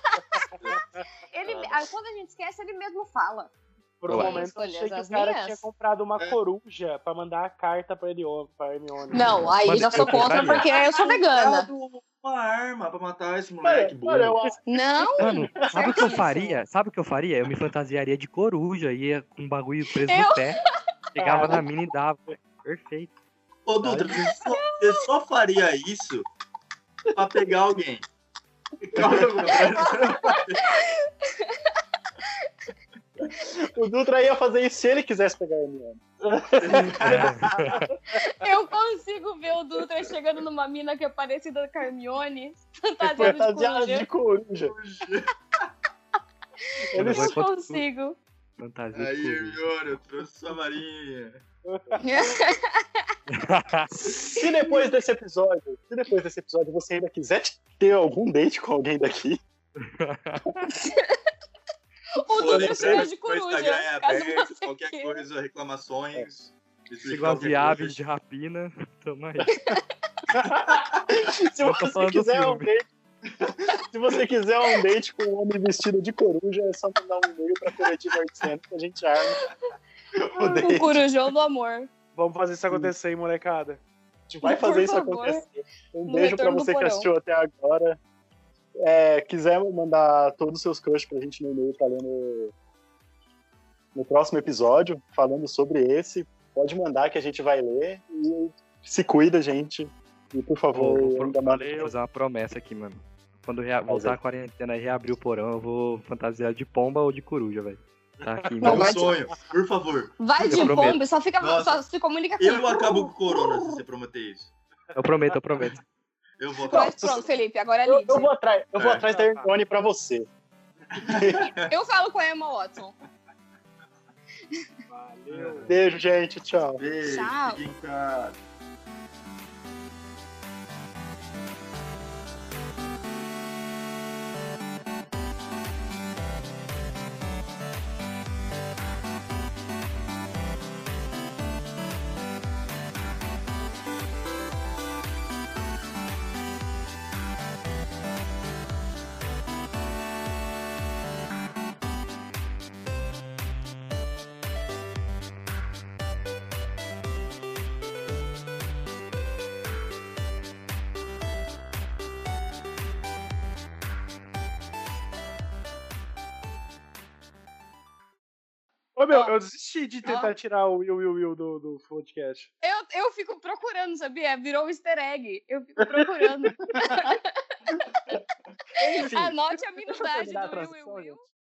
Speaker 7: Ele, ah, quando a gente esquece, ele mesmo fala.
Speaker 5: Por um
Speaker 1: Ué.
Speaker 5: momento eu
Speaker 7: Escolhas
Speaker 5: achei que
Speaker 7: as
Speaker 5: o cara
Speaker 7: minhas.
Speaker 5: tinha comprado uma coruja pra mandar a carta pra, Elio- pra Hermione.
Speaker 7: Não, aí
Speaker 1: Mas é
Speaker 7: eu sou
Speaker 1: eu
Speaker 7: contra
Speaker 1: compraria.
Speaker 7: porque eu sou vegana.
Speaker 2: Tá Uma arma pra matar esse moleque
Speaker 3: Olha,
Speaker 2: burro.
Speaker 3: olha, é, eu acho
Speaker 7: Não, é
Speaker 1: Mano, sabe o que eu
Speaker 7: certíssimo.
Speaker 1: faria? Sabe o que eu faria? Eu me fantasiaria de coruja, ia com um bagulho preso
Speaker 7: Eu?
Speaker 1: no pé, chegava na mina e dava. Perfeito.
Speaker 2: Ô, Dutra, você só, você só faria isso pra pegar alguém. Calma, mano.
Speaker 3: que o Dutra ia fazer isso se ele quisesse pegar a Hermione.
Speaker 1: É.
Speaker 7: eu consigo ver o Dutra chegando numa mina que é parecida com a Carmione, fantasiada de
Speaker 3: Fantasiado de
Speaker 7: coruja.
Speaker 3: coruja.
Speaker 1: Eu não
Speaker 3: Ele
Speaker 1: vou
Speaker 7: Eu
Speaker 1: encontrar
Speaker 7: consigo.
Speaker 1: Fantasia
Speaker 2: Aí,
Speaker 1: de coruja.
Speaker 2: Hermione, eu trouxe sua varinha.
Speaker 3: Se depois desse episódio, se depois desse episódio você ainda quiser ter algum date com alguém daqui,
Speaker 7: O Dutra
Speaker 2: Lembrando
Speaker 7: chega de
Speaker 2: que o Instagram é
Speaker 7: coruja. Caso
Speaker 2: aberto,
Speaker 7: você
Speaker 2: qualquer
Speaker 7: queira.
Speaker 2: coisa, reclamações. Se
Speaker 1: Igual as aves de rapina. Tamo aí.
Speaker 3: se
Speaker 1: Eu tô
Speaker 3: você
Speaker 1: falando do
Speaker 3: quiser um
Speaker 1: filme.
Speaker 3: date, se você quiser um date com um homem vestido de coruja, é só mandar um e-mail pra coletiva Artesano né, que a gente arma. O
Speaker 7: é O
Speaker 3: date.
Speaker 7: corujão do amor.
Speaker 5: Vamos fazer isso acontecer, hein, molecada.
Speaker 3: gente vai
Speaker 7: Por
Speaker 3: fazer isso
Speaker 7: favor.
Speaker 3: acontecer. Um
Speaker 7: No
Speaker 3: beijo pra
Speaker 7: retorno do
Speaker 3: você que
Speaker 7: porão.
Speaker 3: assistiu até agora. É, quiser mandar todos os seus crush pra gente no e-mail pra ler no, no próximo episódio, falando sobre esse, pode mandar que a gente vai ler. E se cuida, gente. E por favor,
Speaker 1: Vou, vou,
Speaker 3: ainda
Speaker 1: pro-
Speaker 3: manda.
Speaker 1: fazer uma promessa aqui, mano. Quando rea-
Speaker 3: Faz
Speaker 1: voltar
Speaker 3: aí.
Speaker 1: a quarentena e reabrir o porão, eu vou fantasiar de pomba ou de coruja, velho. Tá aqui,
Speaker 2: É
Speaker 1: mano.
Speaker 2: um sonho, por favor.
Speaker 7: Vai de
Speaker 1: Eu prometo.
Speaker 7: bomba, só, fica, só
Speaker 2: Nossa.
Speaker 7: se comunica com
Speaker 2: Eu acabo com o corona se você prometer isso.
Speaker 1: Eu prometo, eu prometo.
Speaker 2: Eu vou acabar.
Speaker 7: Mas pronto, Felipe, agora é
Speaker 3: Eu, eu
Speaker 7: livre.
Speaker 3: vou atrás, eu vou
Speaker 2: É.
Speaker 3: atrás da
Speaker 7: Tá,
Speaker 3: Hermione pra você.
Speaker 7: Eu falo com a Emma Watson.
Speaker 5: Valeu.
Speaker 3: Beijo, gente. Tchau.
Speaker 2: Beijo,
Speaker 7: Tchau.
Speaker 2: fiquem em casa.
Speaker 5: Ô, meu, eu desisti de tentar tirar o Will Will Will do, do podcast.
Speaker 7: Eu, eu fico procurando, sabia? Virou um easter egg. Eu fico procurando.
Speaker 5: Enfim.
Speaker 7: Anote a minutagem
Speaker 5: terminar a
Speaker 7: do Will Will
Speaker 5: transição,
Speaker 7: Will.